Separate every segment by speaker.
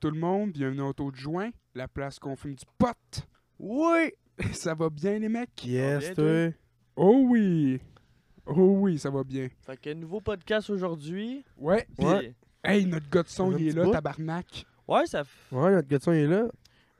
Speaker 1: tout le monde, bienvenue au taux de juin, la place qu'on fume du pot. Oui, ça va bien les mecs?
Speaker 2: Yes,
Speaker 3: bien,
Speaker 2: toi.
Speaker 1: Oh oui, oh oui, ça va bien.
Speaker 3: Fait que nouveau podcast aujourd'hui.
Speaker 1: Ouais,
Speaker 3: Puis-
Speaker 2: Ouais.
Speaker 1: hey, notre gars de son,
Speaker 2: Un
Speaker 1: il est
Speaker 2: petit
Speaker 1: là,
Speaker 2: bout.
Speaker 1: tabarnak.
Speaker 3: Ouais, ça. f-
Speaker 2: Ouais, notre gars de son est là.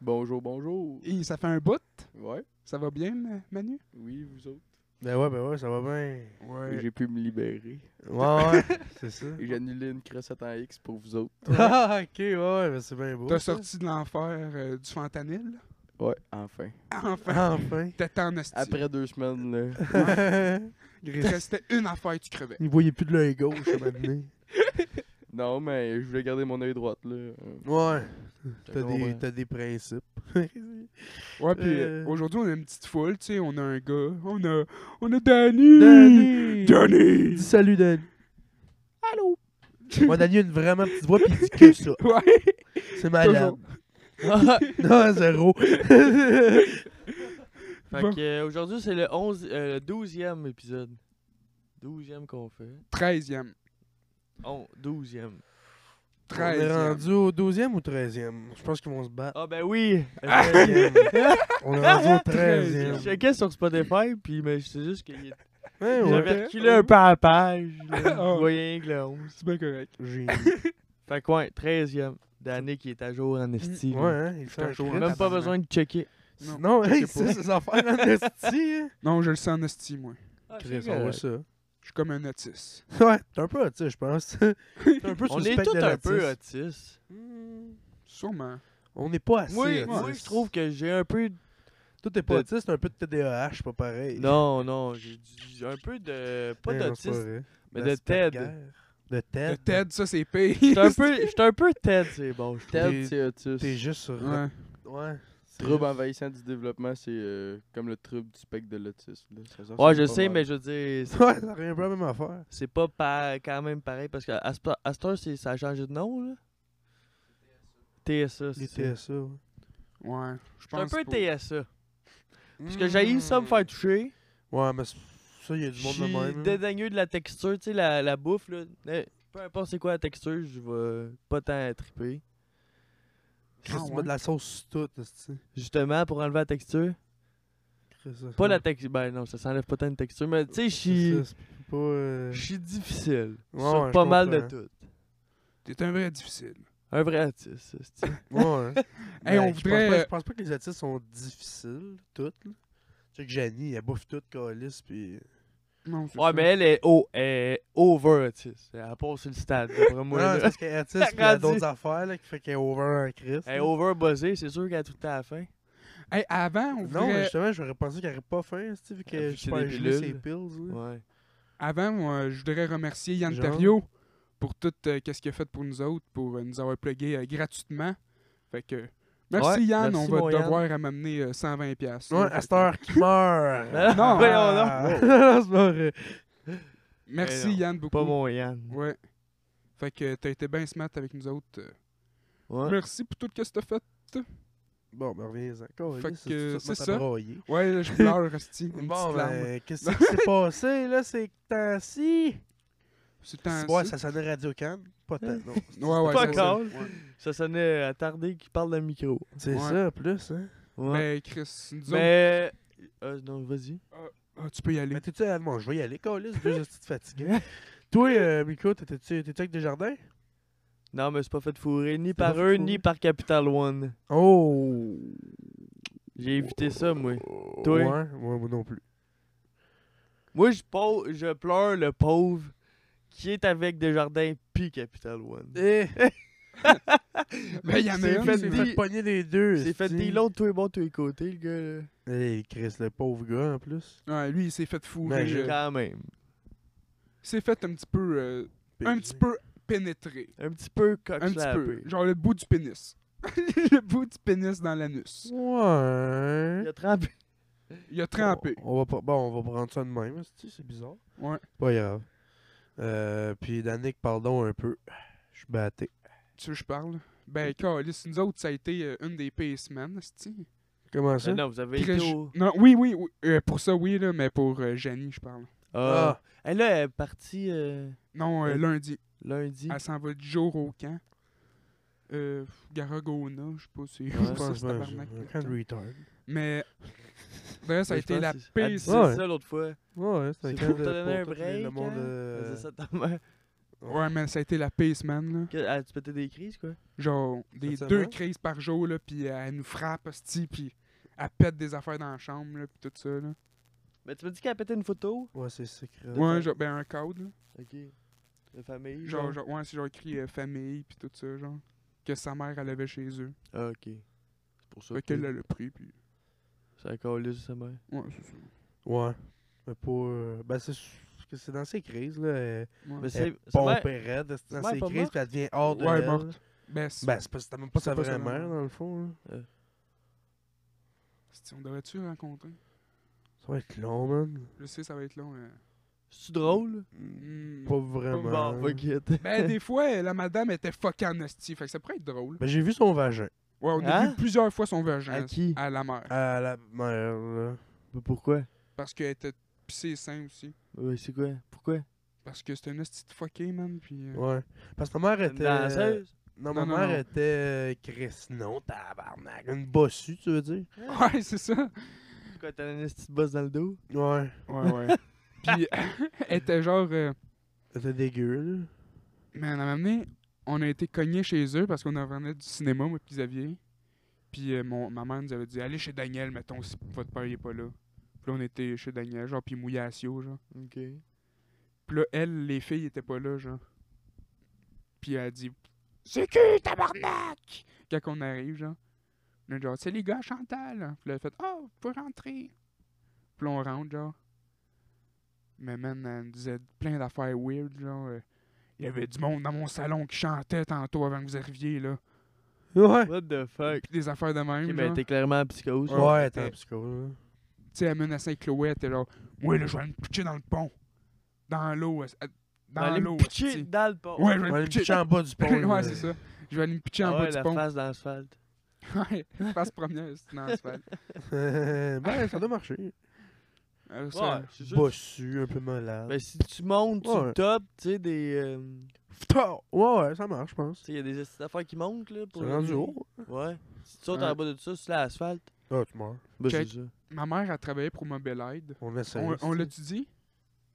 Speaker 4: Bonjour, bonjour.
Speaker 1: Et ça fait un bout,
Speaker 4: Ouais,
Speaker 1: ça va bien ma- Manu?
Speaker 4: oui, vous autres.
Speaker 2: Ben ouais, ben ouais, ça va bien.
Speaker 1: Ouais.
Speaker 4: J'ai pu me libérer.
Speaker 2: Ouais, ouais, c'est ça.
Speaker 4: Et j'ai annulé une cressette en X pour vous autres.
Speaker 2: Ah, ok, ouais, ouais, ben c'est bien beau.
Speaker 1: T'as
Speaker 2: ça.
Speaker 1: sorti de l'enfer euh, du fentanyl?
Speaker 4: Ouais, enfin.
Speaker 1: Enfin,
Speaker 2: Enfin.
Speaker 1: t'étais en hostie.
Speaker 4: Après deux semaines, là.
Speaker 1: Il restait une affaire, tu crevais.
Speaker 2: Il voyait plus de l'œil gauche à maintenant.
Speaker 4: Non, mais je voulais garder mon œil droit, là. Euh,
Speaker 2: Ouais, t'as
Speaker 4: comprends.
Speaker 2: des, t'as des principes.
Speaker 1: Ouais, puis
Speaker 2: Euh.
Speaker 1: aujourd'hui, on a une petite foule, tu sais, on a un gars, on a, on a Danny!
Speaker 2: Danny!
Speaker 1: Danny!
Speaker 2: Dis salut, Danny.
Speaker 1: Allô!
Speaker 2: Moi, Danny a une vraiment petite voix, pis il dit que ça.
Speaker 1: Ouais!
Speaker 2: C'est malade.
Speaker 1: Toujours.
Speaker 2: Non, zéro.
Speaker 3: fait
Speaker 1: Bon.
Speaker 3: que euh, aujourd'hui, c'est le 11 euh, le 12e épisode. 12e qu'on fait. Oh,
Speaker 1: 13e.
Speaker 3: On 12e.
Speaker 2: On est
Speaker 1: 13e.
Speaker 2: rendu au 12e ou 13e? Je pense qu'ils vont se battre.
Speaker 3: Ah ben oui. Euh,
Speaker 2: On est rendu au
Speaker 3: Je
Speaker 2: 13e.
Speaker 3: checkais sur Spotify puis mais je sais juste qu'il est-
Speaker 2: Ouais, ouais.
Speaker 3: j'avais reculé un peu à la page. là.
Speaker 1: Ah.
Speaker 3: Je voyais rien que le 11.
Speaker 1: C'est bien correct.
Speaker 2: J'ai.
Speaker 3: Fait que ouais, 13e d'année qui est à jour en esti.
Speaker 2: Ouais,
Speaker 3: là.
Speaker 2: hein, il
Speaker 1: J'étais
Speaker 2: fait un
Speaker 1: chaud,
Speaker 2: crit.
Speaker 1: hein.
Speaker 3: Même pas
Speaker 1: tabarnak.
Speaker 3: besoin de checker.
Speaker 1: Non.
Speaker 2: Sinon, hey,
Speaker 3: Je sais
Speaker 2: ça, ces affaires en esti, hein.
Speaker 1: Non, je le sens en esti, moi.
Speaker 2: Chris, on voit ça.
Speaker 1: Je suis comme un autiste.
Speaker 2: Ouais, t'es un peu autiste, je pense. T'es un peu
Speaker 3: On est
Speaker 2: suspect
Speaker 3: tous
Speaker 2: de
Speaker 3: un peu
Speaker 2: l'autisme.
Speaker 3: autistes.
Speaker 2: Hmm,
Speaker 1: Sûrement.
Speaker 2: On n'est pas assez
Speaker 3: Moi,
Speaker 2: autiste.
Speaker 3: moi, je trouve que j'ai un peu
Speaker 2: Toi, t'es pas
Speaker 3: de-
Speaker 2: autiste, t'es un peu de TDAH, pas pareil.
Speaker 3: Non, non, j'ai du- un peu de. Pas
Speaker 2: Hein, non, c'est
Speaker 3: d'autisme.
Speaker 2: vrai.
Speaker 3: mais de
Speaker 2: D'Asperger.
Speaker 3: Ted.
Speaker 2: De Ted.
Speaker 1: Le Ted, ça, c'est pire.
Speaker 3: J'étais un peu, j'étais un peu Ted, c'est bon. je trouve.
Speaker 2: T'es-
Speaker 4: Ted, c'est
Speaker 2: T'es
Speaker 4: autiste.
Speaker 2: juste sur.
Speaker 1: Ouais.
Speaker 2: Ouais. c'est
Speaker 4: Trouble
Speaker 2: juste-
Speaker 4: envahissant du développement, c'est euh, comme le trouble du spectre de l'autisme. là. Ça ressemble
Speaker 3: Ouais, je
Speaker 4: pas
Speaker 3: sais,
Speaker 4: mal.
Speaker 3: mais je veux dire, c'est-
Speaker 2: Ouais, ça revient un peu à la même affaire.
Speaker 3: c'est pas pa- quand même pareil parce que à ce pa- à cette heure, c'est- ça a changé de nom, là. TSA,
Speaker 2: Les
Speaker 3: c'est ça.
Speaker 2: TSA. ouais.
Speaker 1: Ouais. Je
Speaker 3: J'étais un
Speaker 1: pense
Speaker 3: peu
Speaker 1: pas.
Speaker 3: TSA. Parce que j'ai ça
Speaker 2: Hmm.
Speaker 3: me faire toucher.
Speaker 2: Ouais, mais c'est- ça, il y a
Speaker 3: Je
Speaker 2: du monde de
Speaker 3: suis
Speaker 2: même. hein.
Speaker 3: dédaigneux de la texture, tu sais, la, la bouffe, là. Eh, Peu importe c'est quoi la texture, je vais pas tant triper.
Speaker 2: Chris,
Speaker 1: Ah
Speaker 2: tu
Speaker 1: ouais?
Speaker 2: mets de la sauce sur tout, esti.
Speaker 3: Justement, pour enlever la texture.
Speaker 2: Chris, ça,
Speaker 3: Pas
Speaker 2: ça-
Speaker 3: la texture. Ben non, ça s'enlève pas tant de texture, mais tu sais, je suis.
Speaker 2: C'est ça, c'est pas. euh,
Speaker 3: Je suis difficile.
Speaker 2: Ouais,
Speaker 3: sur
Speaker 2: ouais, je
Speaker 3: pas mal de
Speaker 2: comprends.
Speaker 3: tout.
Speaker 1: T'es un vrai difficile.
Speaker 3: Un vrai autiste. c'est-tu.
Speaker 2: Ouais.
Speaker 1: Hey, on
Speaker 2: je pense pas-
Speaker 1: voudrait-
Speaker 2: Je pense pas que les autistes sont difficiles, toutes. là. Tu sais que Janie, elle bouffe tout, Calis, pis.
Speaker 1: Non, c'est
Speaker 3: ouais,
Speaker 1: ça.
Speaker 3: mais elle est, au- elle est over autiste. Elle passe sur le stade, d'après moi.
Speaker 2: non,
Speaker 3: là.
Speaker 2: c'est parce qu'elle est autiste, pis elle a
Speaker 3: Grandit.
Speaker 2: d'autres affaires, là, qui fait qu'elle est over en Chris.
Speaker 3: Elle est
Speaker 2: là.
Speaker 3: over buzzée, c'est sûr qu'elle a tout le temps à la fin.
Speaker 1: Hey, avant, on
Speaker 2: Non, mais
Speaker 1: voudrait...
Speaker 2: justement, j'aurais pensé qu'elle aurait pas faim, tu sais, vu
Speaker 3: Ah,
Speaker 2: que
Speaker 3: vu
Speaker 2: je
Speaker 3: que
Speaker 2: suis pas
Speaker 3: c'est des
Speaker 2: allé geler ses
Speaker 3: pilules.
Speaker 2: pills, là.
Speaker 3: Ouais.
Speaker 1: Avant, moi, je voudrais remercier Yann
Speaker 2: Genre?
Speaker 1: Terriot pour tout euh, qu'est-ce qu'il a fait pour nous autres, pour euh, nous avoir plugué euh, gratuitement. Fait que... Merci
Speaker 3: Ouais,
Speaker 1: Yann,
Speaker 3: merci,
Speaker 1: on
Speaker 3: mon
Speaker 1: va
Speaker 3: Yann.
Speaker 1: devoir à m'amener euh, 120$. piastres, là.
Speaker 2: Ouais, à cette heure qui meurt. Ah, oh.
Speaker 3: Non,
Speaker 1: non.
Speaker 3: voyons donc.
Speaker 2: non, c'est pas vrai.
Speaker 1: Merci
Speaker 3: Eh non,
Speaker 1: Yann beaucoup.
Speaker 3: Pas mon Yann.
Speaker 1: Ouais. Fait que t'as été bien smart avec nous autres. euh.
Speaker 3: Ouais.
Speaker 1: Merci pour tout ce que t'as fait.
Speaker 2: Bon, ben reviens-en. Calis,
Speaker 1: Fait
Speaker 2: c'est
Speaker 1: que
Speaker 2: tout
Speaker 1: c'est
Speaker 2: m'a
Speaker 1: ça.
Speaker 2: broyé.
Speaker 1: Ouais, là, je pleure, Resti.
Speaker 2: Bon, ben, qu'est-ce qui s'est passé, là, ces temps-ci?
Speaker 1: C'est temps.
Speaker 2: Ouais, ça sonnait Radio-Can. Pas tant, non.
Speaker 1: Ouais, ouais,
Speaker 3: Pas
Speaker 1: c'est ça.
Speaker 3: grave. Ça sonnait euh, attardé qui parle dans le micro.
Speaker 2: C'est
Speaker 1: Ouais.
Speaker 2: ça, plus, hein.
Speaker 3: Ouais.
Speaker 1: Ben, Chris, nous autres-
Speaker 3: Mais. euh, non, vas-y.
Speaker 1: Ah, tu peux y aller.
Speaker 2: Mais t'es-tu à bon, Je vais y aller, Calis, deux astuces fatigué. Toi, euh, Miko, t'étais-tu t'étais avec Desjardins?
Speaker 3: Non, mais c'est pas fait fourrer ni
Speaker 2: C'est pas
Speaker 3: par
Speaker 2: fait
Speaker 3: eux,
Speaker 2: fourrer.
Speaker 3: ni par Capital One.
Speaker 2: Oh!
Speaker 3: J'ai évité ça, moi. Toi?
Speaker 2: Toi? Oh. Ouais, moi, moi non plus.
Speaker 3: Moi, je, pau- je pleure le pauvre qui est avec Desjardins puis Capital One.
Speaker 2: Eh!
Speaker 1: Ben, il y en a
Speaker 3: C'est
Speaker 1: une.
Speaker 3: fait
Speaker 1: c'est
Speaker 2: Il
Speaker 3: dit-
Speaker 1: vrai.
Speaker 2: fait pogner les deux.
Speaker 3: C'est fait
Speaker 2: esti.
Speaker 3: des lots de tous les bons, de tous les côtés, le gars. là.
Speaker 2: Eh, Chris, le pauvre gars, en plus.
Speaker 1: Ouais, lui, il s'est fait
Speaker 2: Ben,
Speaker 1: fourrer.
Speaker 2: je-
Speaker 1: euh,
Speaker 3: Quand même.
Speaker 1: Il s'est fait un petit peu. euh, un petit peu pénétré.
Speaker 3: Un petit peu coq
Speaker 1: Un petit peu. Genre le bout du pénis. le bout du pénis dans l'anus.
Speaker 3: Il
Speaker 2: Ouais.
Speaker 3: a trempé.
Speaker 1: Il a trempé.
Speaker 2: On, on va pas... Bon, on va prendre ça de même, esti, c'est bizarre.
Speaker 1: Ouais.
Speaker 2: Pas grave. Euh, puis Danick, pardon un peu. Je suis batté.
Speaker 1: Tu veux que je parle? Ben, Calis, nous autres, ça a été euh, une des pires semaines, Resti.
Speaker 2: Comment ça?
Speaker 3: Mais Ben non, vous avez
Speaker 1: Très
Speaker 3: été
Speaker 1: ju-
Speaker 3: au...
Speaker 1: Non, oui, oui, oui. Euh, pour ça, oui, là, mais pour euh, Janie, je parle.
Speaker 3: Ah. Elle, là, elle est partie euh,
Speaker 1: Non, euh,
Speaker 3: Euh,
Speaker 1: lundi.
Speaker 3: lundi.
Speaker 1: Elle s'en va du jour au camp. euh, Garagona, je sais pas si
Speaker 2: Ouais,
Speaker 1: je pense
Speaker 2: c'est un-
Speaker 1: tabarnak.
Speaker 2: un kind retard.
Speaker 1: Mais d'ailleurs, ça a
Speaker 3: Ouais,
Speaker 1: été
Speaker 3: Ben, je pense
Speaker 1: la
Speaker 3: que c'est- Ah,
Speaker 1: pire. Euh.
Speaker 3: Elle disait
Speaker 1: saison-
Speaker 2: Ouais.
Speaker 3: ça l'autre fois.
Speaker 2: Ouais, c'est un
Speaker 3: C'est
Speaker 2: kind
Speaker 3: pour
Speaker 2: de-
Speaker 3: te donner un
Speaker 2: pour tout le- le
Speaker 3: break,
Speaker 2: monde.
Speaker 3: hein? Elle
Speaker 2: euh,
Speaker 3: disait ça à ta mère.
Speaker 1: Ouais, mais ça a été la pace, man. là.
Speaker 3: Que- elle- Tu pétais des crises, quoi.
Speaker 1: Genre, des
Speaker 2: Cette
Speaker 1: deux
Speaker 2: semaine?
Speaker 1: crises par jour, là, puis euh, elle nous frappe, hostie, puis elle pète des affaires dans la chambre, là, puis tout ça, là.
Speaker 3: Mais Ben, tu m'as dit qu'elle pétait une photo.
Speaker 2: Ouais, c'est secret.
Speaker 1: Ouais, genre, ben, un code, là.
Speaker 3: Ok. De famille.
Speaker 1: Genre, genre, ouais, c'est genre écrit euh, famille, puis tout ça, genre. Que sa mère, elle avait chez eux.
Speaker 3: Ah, ok. C'est pour ça
Speaker 1: Fait qu'elle elle l'a pris, puis.
Speaker 3: C'est encore là, sa mère.
Speaker 1: Ouais, c'est ça.
Speaker 2: Ouais. Mais pour. euh, Ben, c'est parce que c'est dans ces crises, là. euh, Elle
Speaker 1: Ouais.
Speaker 3: Mais
Speaker 2: elle
Speaker 3: c'est. sa mère-
Speaker 2: pompe raide dans
Speaker 3: sa mère
Speaker 2: ces
Speaker 3: pas
Speaker 2: crises,
Speaker 3: morte?
Speaker 2: puis elle devient hors de
Speaker 1: Ouais,
Speaker 2: elle.
Speaker 1: morte. Ben, c'est-
Speaker 2: Ben, c'est pas- c'était même pas
Speaker 1: C'est
Speaker 2: sa
Speaker 1: pas sa
Speaker 2: vraie mère,
Speaker 1: mère.
Speaker 2: dans le fond, là.
Speaker 1: hostie, on devrait-tu le rencontrer?
Speaker 2: Ça va être long, man.
Speaker 1: Je sais, ça va être long, euh. mais.
Speaker 3: C'est-tu drôle?
Speaker 1: Hmm.
Speaker 2: Pas vraiment.
Speaker 3: Bon, fuck it.
Speaker 1: Ben, des fois, la madame était fuckée en hostie, fait que ça pourrait être drôle.
Speaker 2: Ben, j'ai vu son vagin.
Speaker 1: Ouais, on a
Speaker 3: Hein?
Speaker 1: vu plusieurs fois son vagin.
Speaker 3: À qui?
Speaker 1: À la mère.
Speaker 2: À la mère, là.
Speaker 3: Mais pourquoi?
Speaker 1: Parce qu'elle était pissée sain aussi.
Speaker 3: Ouais, c'est quoi? Pourquoi?
Speaker 1: Parce que c'était une hostie de fuckée, man, puis... euh,
Speaker 2: Ouais. Parce que ma mère
Speaker 3: Une
Speaker 2: était.
Speaker 3: danseuse?
Speaker 2: Non,
Speaker 1: Non,
Speaker 2: ma
Speaker 1: non,
Speaker 2: mère
Speaker 1: non.
Speaker 2: était. euh, Chris, non, tabarnak. Une bossue, tu veux dire?
Speaker 1: Ouais, c'est ça.
Speaker 3: Quoi, t'as une petite bosse dans le dos?
Speaker 2: Ouais.
Speaker 1: Ouais, ouais. puis, elle était genre... euh,
Speaker 2: Elle était dégueu, là.
Speaker 1: Man, à un moment donné, on a été cognés chez eux parce qu'on en revenait du cinéma, moi puis Xavier. Puis euh, mon, ma mère nous avait dit « Allez chez Daniel, mettons, si votre père, il est pas là. » Puis là, on était chez Daniel, genre, puis Mouillassio, genre.
Speaker 3: Ok.
Speaker 1: Puis là, elle, les filles, étaient pas là, genre. Puis elle a dit « C'est qui, tabarnak? » Quand on arrive, genre. Là, genre « C'est les gars, Chantal! » Puis là, elle fait « Oh, vous pouvez rentrer! » Puis là, on rentre, genre. Mais man, elle nous disait plein d'affaires weird, genre. euh, Il y avait du monde dans mon salon qui chantait tantôt avant que vous arriviez, là.
Speaker 2: Ouais.
Speaker 3: What the fuck?
Speaker 1: Puis des affaires de même,
Speaker 3: Ok, mais
Speaker 1: genre. Tu
Speaker 3: t'es clairement en psychose.
Speaker 2: Ouais,
Speaker 3: là.
Speaker 2: elle était
Speaker 1: était-
Speaker 2: en psycho, là.
Speaker 1: sais, elle menaçait avec Chloé, elle était genre « Ouais, là, je vais aller me pitcher dans le pont. Dans l'eau. elle- elle- Dans
Speaker 3: Allez me
Speaker 1: l'eau.
Speaker 3: pitcher
Speaker 1: esti.
Speaker 3: dans le port.
Speaker 1: Ouais, je vais
Speaker 2: Elle
Speaker 1: aller
Speaker 2: allait
Speaker 1: me
Speaker 2: me
Speaker 1: pitcher
Speaker 2: pitcher en bas du pont. là.
Speaker 1: ouais, c'est ça. Je vais aller me pitcher en
Speaker 3: Ah
Speaker 1: bas
Speaker 3: ouais,
Speaker 1: du
Speaker 3: la
Speaker 1: pont.
Speaker 3: face dans l'asphalte.
Speaker 1: Ouais, face première, c'est dans l'asphalte.
Speaker 2: ben, ça doit marcher.
Speaker 1: Euh, ça-
Speaker 3: Ouais, c'est sûr.
Speaker 2: Bossu, un peu malade.
Speaker 3: Ben, si tu montes sur
Speaker 2: Ouais.
Speaker 3: le top, tu sais, des. euh,
Speaker 2: Putain! Ouais, ouais, ça marche, je pense.
Speaker 3: tu sais, il y a des petites affaires qui montent, là.
Speaker 2: C'est
Speaker 3: Pour
Speaker 2: rendu haut.
Speaker 3: Ouais. Si tu sautes
Speaker 1: Ouais.
Speaker 3: en bas de ça, c'est l'asphalte.
Speaker 2: Ah, tu meurs.
Speaker 3: Ben,
Speaker 1: Check.
Speaker 3: c'est ça.
Speaker 1: Ma mère, elle travaillait pour Mobile Aid.
Speaker 2: On essaie.
Speaker 1: On, on
Speaker 2: c'est-
Speaker 1: l'a-tu dit?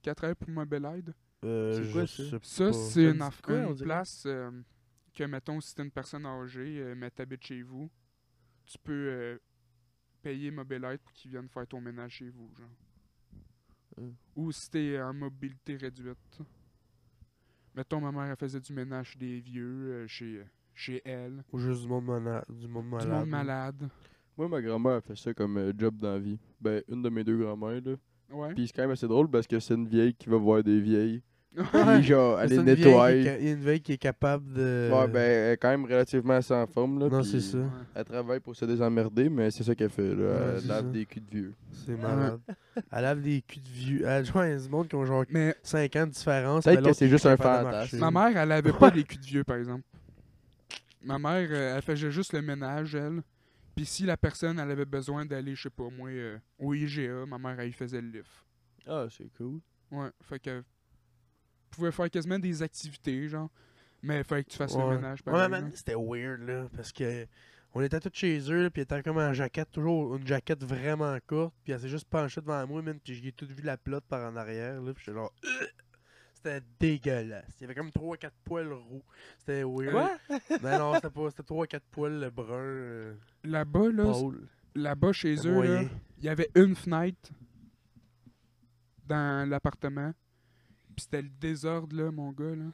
Speaker 1: Qu'elle travaillait pour Mobile Aid?
Speaker 2: Euh,
Speaker 3: C'est
Speaker 2: je
Speaker 3: quoi, ça?
Speaker 2: sais
Speaker 1: Ça,
Speaker 2: pas.
Speaker 1: c'est une,
Speaker 3: Ça me dit
Speaker 1: aff-
Speaker 3: quoi,
Speaker 1: une
Speaker 3: on dirait?
Speaker 1: place euh, que, mettons, si t'es une personne âgée, euh, mais t'habites chez vous, tu peux euh, payer Mobile Aid pour qu'ils viennent faire ton ménage chez vous, genre.
Speaker 3: Hum.
Speaker 1: Ou si t'es en mobilité réduite. Mettons, ma mère, elle faisait du ménage chez des vieux, euh, chez, chez elle.
Speaker 2: Ou juste du monde malade. Du monde malade.
Speaker 1: Du monde
Speaker 2: là.
Speaker 1: malade.
Speaker 4: Moi, ma grand-mère elle fait ça comme euh, job dans la vie. Ben, une de mes deux grand-mères, là.
Speaker 1: Ouais.
Speaker 4: Puis c'est quand même assez drôle parce que c'est une vieille qui va voir des vieilles.
Speaker 2: Ouais.
Speaker 4: Puis genre,
Speaker 2: Mais
Speaker 4: elle
Speaker 2: c'est
Speaker 4: les
Speaker 2: une vieille qui est
Speaker 4: nettoie.
Speaker 2: ca- Il y a une veille qui est capable de.
Speaker 4: Ouais, ben, elle est quand même relativement sans forme, là.
Speaker 2: Euh, Non,
Speaker 4: puis
Speaker 2: c'est ça.
Speaker 1: Ouais.
Speaker 4: Elle travaille pour se désemmerder, mais c'est ça qu'elle fait, là.
Speaker 2: Ouais,
Speaker 4: Elle
Speaker 2: c'est
Speaker 4: lave
Speaker 2: ça.
Speaker 4: des culs de vieux.
Speaker 2: C'est malade. Elle lave des culs de vieux. Elle joint à du monde qui ont genre
Speaker 1: Mais
Speaker 2: 5 ans de différence.
Speaker 4: Peut-être
Speaker 2: mais
Speaker 4: que
Speaker 2: l'autre
Speaker 4: c'est
Speaker 2: est
Speaker 4: juste un
Speaker 2: capable de
Speaker 4: fantasme.
Speaker 1: ma
Speaker 2: marcher.
Speaker 1: mère, elle avait pas des culs de vieux, par exemple. Ma mère, euh, elle faisait juste le ménage, elle. Puis si la personne, elle avait besoin d'aller, je sais pas moi, euh, au IGA, ma mère, elle y faisait le lift.
Speaker 3: Ah, c'est cool.
Speaker 1: Ouais, fait que... pouvait faire quasiment des activités, genre. Mais il fallait que tu fasses
Speaker 2: Ouais.
Speaker 1: le ménage,
Speaker 2: Ouais,
Speaker 1: pareil,
Speaker 2: mais
Speaker 1: là.
Speaker 2: c'était weird, là. Parce que. On était tous chez eux, là, puis elle était comme en jaquette, toujours une jaquette vraiment courte, puis elle s'est juste penchée devant moi, man, puis j'ai tout vu la plotte par en arrière, là, puis j'étais genre. Ugh! C'était dégueulasse. Il y avait comme 3-4 poils roux. C'était weird.
Speaker 3: Quoi?
Speaker 2: Mais non, c'était pas. C'était 3-4 poils le brun. euh,
Speaker 1: Là-bas, là,
Speaker 2: pâle.
Speaker 1: là-bas, chez
Speaker 2: C'était
Speaker 1: eux, là,
Speaker 2: moyen.
Speaker 1: il y avait une fenêtre dans l'appartement. Puis c'était le désordre, là, mon gars, là.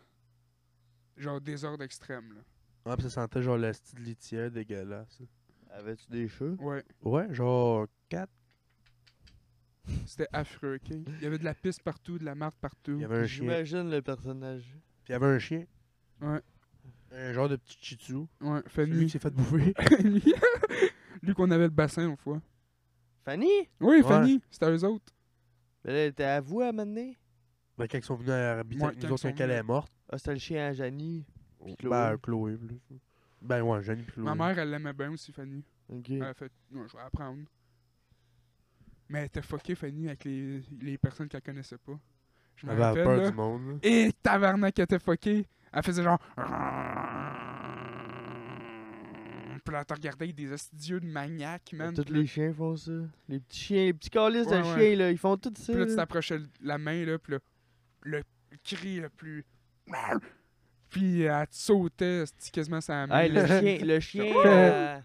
Speaker 1: Genre désordre extrême, là.
Speaker 2: Ouais, pis ça sentait genre la style litière dégueulasse.
Speaker 3: Avais-tu des cheveux?
Speaker 1: Ouais.
Speaker 2: Ouais, genre 4.
Speaker 1: C'était affreux, ok? Il y avait de la pisse partout, de la marde partout.
Speaker 2: Il y avait un chien.
Speaker 3: J'imagine le personnage.
Speaker 2: Puis il y avait un chien.
Speaker 1: Ouais.
Speaker 2: Un genre de petit chitsu.
Speaker 1: Ouais,
Speaker 2: Celui qui
Speaker 1: Fanny.
Speaker 2: s'est fait bouffer.
Speaker 1: lui, lui qu'on avait le bassin, une fois.
Speaker 3: Fanny?
Speaker 1: Oui,
Speaker 2: Ouais.
Speaker 1: Fanny, c'était eux autres.
Speaker 3: Ben là, elle était à vous à m'amener.
Speaker 2: ben, quand ils sont venus à habiter
Speaker 1: Ouais,
Speaker 2: avec
Speaker 1: quand
Speaker 2: nous autres,
Speaker 1: ils sont
Speaker 2: quand elle est morte.
Speaker 3: Ah, c'était le chien à Janie. Puis Chloé.
Speaker 2: Ben, Chloé. plus. Ben, ouais, Jeanne pis Chloé.
Speaker 1: Ma mère, elle l'aimait bien aussi, Fanny.
Speaker 3: Ok.
Speaker 1: Elle a fait, non, je vais apprendre. Mais elle était fuckée, Fanny, avec les, les personnes qu'elle connaissait pas. Je me
Speaker 2: Elle avait
Speaker 1: rappelle,
Speaker 2: peur
Speaker 1: là.
Speaker 2: du monde.
Speaker 1: Et tabarnak, elle était fuckée. Elle faisait genre. Puis là, t'as regardé avec des astucieux de maniaque, man.
Speaker 3: Tous
Speaker 1: Puis là,
Speaker 3: les chiens font ça. Les petits chiens, les petits calices
Speaker 1: Ouais,
Speaker 3: de
Speaker 1: ouais.
Speaker 3: chiens, là, ils font tout ça.
Speaker 1: Puis là,
Speaker 3: là.
Speaker 1: tu t'approchais le- la main, là, puis là, le cri le plus... Puis elle te sautait c'était quasiment sa main. Ah,
Speaker 3: Hey, le
Speaker 1: là.
Speaker 3: chien, le chien euh,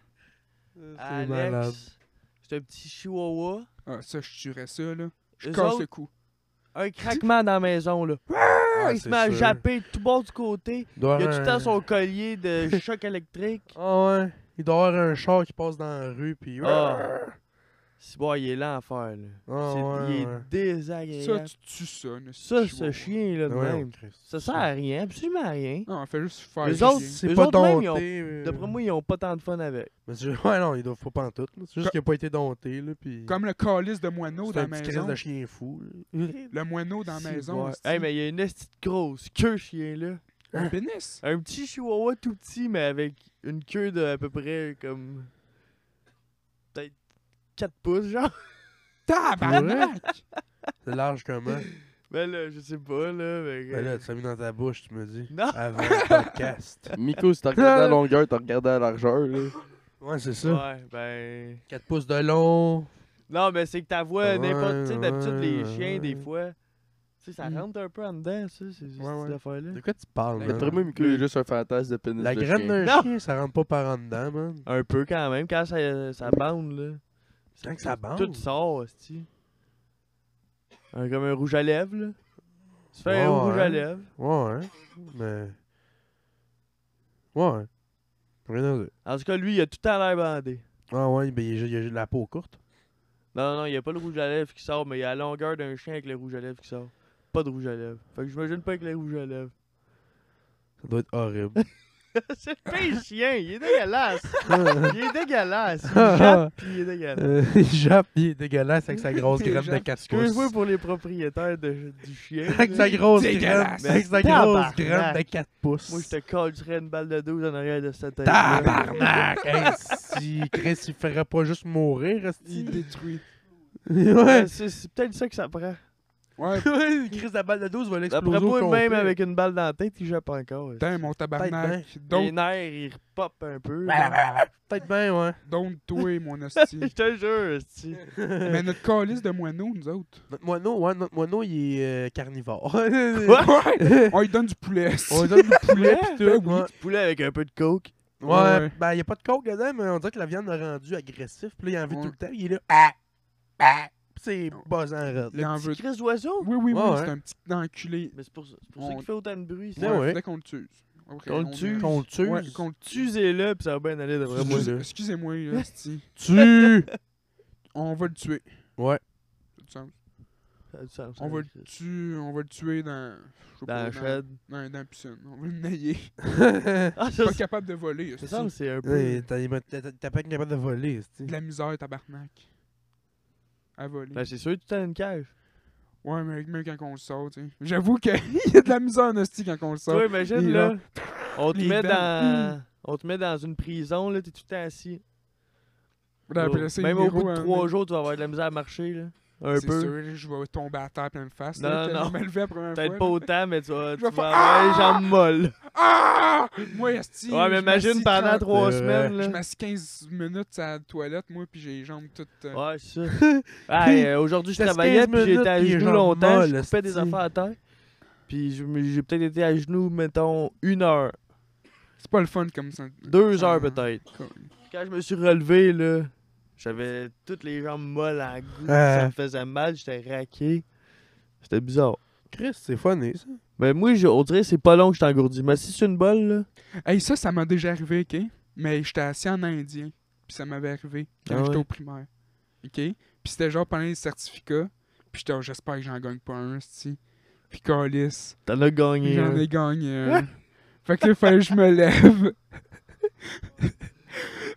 Speaker 2: C'est malade.
Speaker 3: Alex, c'est un petit chihuahua.
Speaker 1: Ah, ça, je tuerais ça, là. Je
Speaker 3: Eux
Speaker 1: casse
Speaker 3: autres-
Speaker 1: le cou.
Speaker 3: Un craquement dans la maison, là.
Speaker 2: Ah,
Speaker 3: il se
Speaker 2: c'est
Speaker 3: met à
Speaker 2: sûr.
Speaker 3: japper de tout bon du côté.
Speaker 2: doit
Speaker 3: Il a tout
Speaker 2: avoir
Speaker 3: le temps
Speaker 2: un-
Speaker 3: son collier de choc électrique.
Speaker 2: Ah ouais. Il doit y avoir un char qui passe dans la rue, puis.
Speaker 3: Ah. C'est bon, il est lent à faire, là.
Speaker 2: Ah,
Speaker 3: C'est-
Speaker 2: ouais,
Speaker 3: il est
Speaker 2: ouais.
Speaker 1: Ça,
Speaker 3: désagréable.
Speaker 1: tu tues ça, ne
Speaker 3: euh, Ça,
Speaker 1: tu vois
Speaker 3: ce
Speaker 1: pas.
Speaker 3: chien, là, de
Speaker 2: Ouais,
Speaker 3: même.
Speaker 2: on crisse.
Speaker 3: Ça sert à rien, absolument à rien.
Speaker 1: Non, on fait juste faire
Speaker 3: Les
Speaker 1: chier.
Speaker 3: autres,
Speaker 2: C'est
Speaker 3: Eux
Speaker 2: pas
Speaker 3: autres même, ils ont-
Speaker 2: dompté. mais-
Speaker 3: euh, D'après moi, ils ont pas tant de fun avec.
Speaker 2: Mais c'est- ouais, non, il doit faut pas en tout. là. C'est juste
Speaker 1: Co-
Speaker 2: qu'il a pas été dompté, là, puis.
Speaker 1: Comme le calice de moineau
Speaker 2: C'est
Speaker 1: dans la
Speaker 2: un petit
Speaker 1: maison.
Speaker 2: crise de chien fou. là.
Speaker 1: Le moineau dans la
Speaker 3: Si,
Speaker 1: maison.
Speaker 3: ouais.
Speaker 1: hostie.
Speaker 3: Hey, mais il y a une petite grosse queue, chien, là.
Speaker 1: Un pénis.
Speaker 3: Un petit chihuahua tout petit, mais avec une queue de à peu près comme. Peut-être 4 pouces, genre.
Speaker 1: Tabarnak!
Speaker 2: C'est large comment?
Speaker 3: Ben là, je sais pas, là. Mais...
Speaker 2: Ben là, tu l'as mis dans ta bouche, tu me dis.
Speaker 3: Non.
Speaker 2: Avant le podcast.
Speaker 4: Miko, si t'as regardé à longueur, t'as regardé à largeur. Là.
Speaker 2: Ouais, c'est ça.
Speaker 3: Ouais, ben.
Speaker 2: 4 pouces de long.
Speaker 3: Non, mais c'est que ta voix,
Speaker 2: Ouais,
Speaker 3: n'importe. Tu sais, d'habitude, les
Speaker 2: ouais,
Speaker 3: chiens, des
Speaker 2: ouais.
Speaker 3: fois. Tu sais, ça
Speaker 1: Mm.
Speaker 3: rentre un peu en dedans, ça, c'est cette
Speaker 2: Ouais, ouais.
Speaker 3: affaire-là.
Speaker 2: De quoi tu parles,
Speaker 1: La
Speaker 2: man?
Speaker 4: D'après moi, Miko, il est juste un fantasme de pénis
Speaker 2: La
Speaker 4: de
Speaker 2: graine
Speaker 4: chien.
Speaker 2: d'un
Speaker 3: Non.
Speaker 2: chien, ça rentre pas par en dedans, man.
Speaker 3: Un peu quand même, quand ça, ça bande, là.
Speaker 2: Quand que ça bande?
Speaker 3: Tout sort, hostie. Un- comme un rouge à lèvres, là. Tu fais un
Speaker 2: Ouais,
Speaker 3: rouge à
Speaker 2: ouais.
Speaker 3: lèvres.
Speaker 2: Ouais, hein? Mais. Ouais. Rien à dire.
Speaker 3: En tout cas, lui, il a tout le temps l'air bandé.
Speaker 2: Ah ouais, ben il a, il a de la peau courte.
Speaker 3: Non, non, non, il n'y a pas le rouge à lèvres qui sort, mais il y a la longueur d'un chien avec le rouge à lèvres qui sort. Pas de rouge à lèvres. Fait que j'imagine pas avec le rouge à lèvres.
Speaker 2: Ça doit être horrible.
Speaker 3: C'est le pire chien, il est dégueulasse. il est dégueulasse. Il
Speaker 2: Ah,
Speaker 3: jappe, puis il est dégueulasse.
Speaker 2: Euh, il jappe, il est dégueulasse avec sa grosse
Speaker 1: Il
Speaker 2: graine de
Speaker 1: jappe.
Speaker 2: 4 pouces.
Speaker 3: Excuse-moi pour les propriétaires de- du chien.
Speaker 2: Avec sa
Speaker 3: là.
Speaker 2: grosse graine,
Speaker 1: Dégueulasse.
Speaker 2: avec sa grosse
Speaker 3: Tabarnak.
Speaker 2: graine de 4 pouces.
Speaker 3: Moi, je te collerais une balle de 12 en arrière de cette tête.
Speaker 2: Tabarnak! hey, si Chris, il ferait pas juste mourir,
Speaker 1: Il
Speaker 2: esti.
Speaker 1: détruit.
Speaker 2: ouais!
Speaker 3: Ouais, c'est c'est peut-être ça que ça prend.
Speaker 1: Ouais,
Speaker 2: Ouais, Chris, la balle de 12 va l'exploser
Speaker 3: Après
Speaker 2: au
Speaker 3: moi,
Speaker 2: complet.
Speaker 3: même avec une balle dans la tête, il jappe encore.
Speaker 1: putain, mon tabarnak.
Speaker 3: Les
Speaker 1: Donc,
Speaker 3: nerfs, ils repopent un peu.
Speaker 2: Peut-être bien, ouais.
Speaker 1: donc toi, mon hostie.
Speaker 3: Je te jure, esti.
Speaker 1: Mais notre calice de moineaux, nous autres.
Speaker 2: Notre moineau, ouais, notre moineau, il est euh, carnivore.
Speaker 3: Quoi?
Speaker 1: On lui donne du poulet.
Speaker 2: On lui donne du poulet, pis tout.
Speaker 1: Ben
Speaker 2: Ouais,
Speaker 1: oui.
Speaker 2: ouais.
Speaker 3: Poulet avec un peu de coke.
Speaker 1: Ouais.
Speaker 2: ben, il a pas de coke dedans, mais on dirait que la viande l'a rendu agressif. Puis là, il en veut
Speaker 1: Ouais.
Speaker 2: tout le temps. Il est là. Ah! Ah! Pis c'est buzzant, raide.
Speaker 1: Il en veut.
Speaker 3: Chris d'oiseau?
Speaker 1: Oui, oui, oui,
Speaker 2: Ouais,
Speaker 1: c'est
Speaker 2: ouais.
Speaker 1: un petit enculé.
Speaker 3: Mais c'est pour ça, c'est pour
Speaker 1: On-
Speaker 3: ça qu'il fait autant de bruit.
Speaker 2: Ben
Speaker 1: Ouais,
Speaker 2: ouais.
Speaker 1: faudrait qu'on le tue. Ok,
Speaker 3: Qu'on le
Speaker 1: on
Speaker 3: tue.
Speaker 1: est-
Speaker 2: Qu'on le tue.
Speaker 1: Ouais, qu'on le tue.
Speaker 3: Excusez-le, pis ça va bien aller d'après moi.
Speaker 2: Excusez-le.
Speaker 1: Excusez-moi, là, hostie.
Speaker 2: Tue!
Speaker 1: On va le tuer.
Speaker 2: Ouais.
Speaker 1: Ça a du sens.
Speaker 3: Ça a du sens,
Speaker 1: On va
Speaker 3: hein,
Speaker 1: le
Speaker 3: Chris.
Speaker 1: tuer, on va le tuer dans. je sais
Speaker 3: Dans
Speaker 1: pas,
Speaker 3: la shed.
Speaker 1: Dans, dans la piscine. On va le nailler.
Speaker 3: Ah, ça,
Speaker 1: Pas
Speaker 3: c'est-
Speaker 1: capable de voler.
Speaker 3: ça
Speaker 1: hostie.
Speaker 3: semble que c'est un peu.
Speaker 2: Hey, Euh, T'as t'as- t'as pas été capable de voler, esti.
Speaker 1: De la misère, tabarnak. À voler.
Speaker 3: Ben, c'est sûr, tout dans une cage.
Speaker 1: Ouais, mais même quand on le sort, tu sais. J'avoue qu'il y a de la misère en hostie quand on le
Speaker 3: Tu
Speaker 1: sort.
Speaker 3: vois, imagine,
Speaker 1: les
Speaker 3: là. On te
Speaker 1: les
Speaker 3: met
Speaker 1: dents.
Speaker 3: dans. On te met dans une prison, là, t'es tout le temps assis.
Speaker 1: Là, Ben, après
Speaker 3: Oh.
Speaker 1: ça, il
Speaker 3: Même
Speaker 1: est
Speaker 3: au bout
Speaker 1: gros,
Speaker 3: de
Speaker 1: hein,
Speaker 3: trois
Speaker 1: mais-
Speaker 3: jours, tu vas avoir de la misère à marcher, là. Un
Speaker 1: C'est
Speaker 3: peu.
Speaker 1: sûr, je vais tomber à terre plein de face.
Speaker 3: Non,
Speaker 1: là, tellement
Speaker 3: non.
Speaker 1: Je me lever la première fois.
Speaker 3: Peut-être pas
Speaker 1: là.
Speaker 3: autant, mais tu vas,
Speaker 1: Je
Speaker 3: tu
Speaker 1: vais
Speaker 3: vas
Speaker 1: faire-
Speaker 3: avoir les
Speaker 1: Ah!
Speaker 3: jambes molles.
Speaker 1: Ah! Moi, hostie.
Speaker 3: Ouais, mais
Speaker 1: je m'assis
Speaker 3: imagine pendant
Speaker 1: 30
Speaker 3: trois
Speaker 2: C'est
Speaker 3: semaines,
Speaker 1: Je
Speaker 3: là.
Speaker 1: m'assieds 15 minutes à la toilette, moi, puis j'ai les jambes toutes. euh,
Speaker 3: Ouais, c'est ça. Hey, euh, aujourd'hui, je
Speaker 2: Ça se
Speaker 3: travaillais,
Speaker 2: 15
Speaker 3: puis j'étais à
Speaker 2: minutes, puis
Speaker 3: genoux
Speaker 2: genre
Speaker 3: longtemps, je
Speaker 2: molle,
Speaker 3: coupais des
Speaker 2: esti.
Speaker 3: affaires à terre. Puis je me- j'ai peut-être été à genoux, mettons, une heure,
Speaker 1: C'est pas le fun comme ça.
Speaker 3: deux heures
Speaker 1: Ah.
Speaker 3: peut-être.
Speaker 1: Cool.
Speaker 3: Puis Quand je me suis relevé, là, j'avais toutes les jambes molles en goût,
Speaker 2: Ah.
Speaker 1: Euh.
Speaker 3: ça me faisait mal, j'étais raqué. C'était bizarre.
Speaker 2: Chris, c'est funny, ça.
Speaker 3: Mais moi, je- on dirait que c'est pas long que je t'engourdis. Mais si c'est une bolle, là,
Speaker 1: Hey, ça, ça m'a déjà arrivé, OK? Mais j'étais assis en indien, puis ça m'avait arrivé quand
Speaker 3: Ah ouais?
Speaker 1: j'étais au primaire. OK? Puis c'était genre pendant les certificats, puis j'étais, oh, j'espère que j'en gagne pas un, si. Puis câlisse,
Speaker 3: t'en as gagné.
Speaker 1: j'en
Speaker 3: un.
Speaker 1: ai gagné un. fait que là, fallait que je me lève.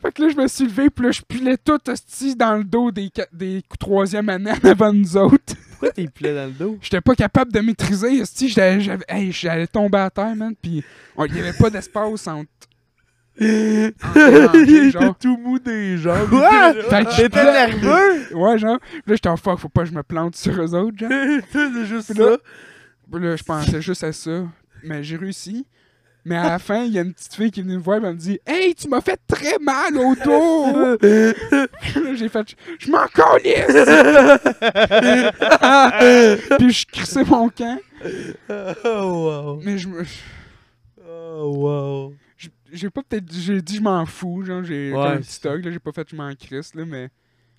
Speaker 1: fait que là, je me suis levé, puis là, je pilais tout, hostie, dans le dos des, qua- des troisième années en avant de nous autres.
Speaker 3: Pourquoi t'es pilé dans le dos?
Speaker 1: J'étais pas capable de maîtriser, hostie, j'allais, j'avais- hey, j'allais tomber à terre, man, puis oh, il y avait pas d'espace entre... entre les rangées, genre.
Speaker 2: tout mou des jambes.
Speaker 1: Fait que je
Speaker 3: T'étais
Speaker 1: plais-
Speaker 3: nerveux?
Speaker 1: Ouais, genre. Puis Là, j'étais en fuck, faut pas que je me plante sur eux autres, genre.
Speaker 2: C'est juste
Speaker 1: Puis là-
Speaker 2: ça.
Speaker 1: Puis Là, je pensais juste à ça. Mais j'ai réussi. Mais à la fin, il y a une petite fille qui est venue me voir et elle me dit Hey, tu m'as fait très mal au dos! Là, J'ai fait Je m'en calisse! Puis je crissais mon camp.
Speaker 2: oh wow.
Speaker 1: Mais je me-
Speaker 2: Oh wow.
Speaker 1: je- J'ai pas peut-être. J'ai dit je m'en fous, genre j'ai
Speaker 3: Ouais,
Speaker 1: comme un petit
Speaker 3: c'est
Speaker 1: stock, là, j'ai pas fait je m'en crisse, là, mais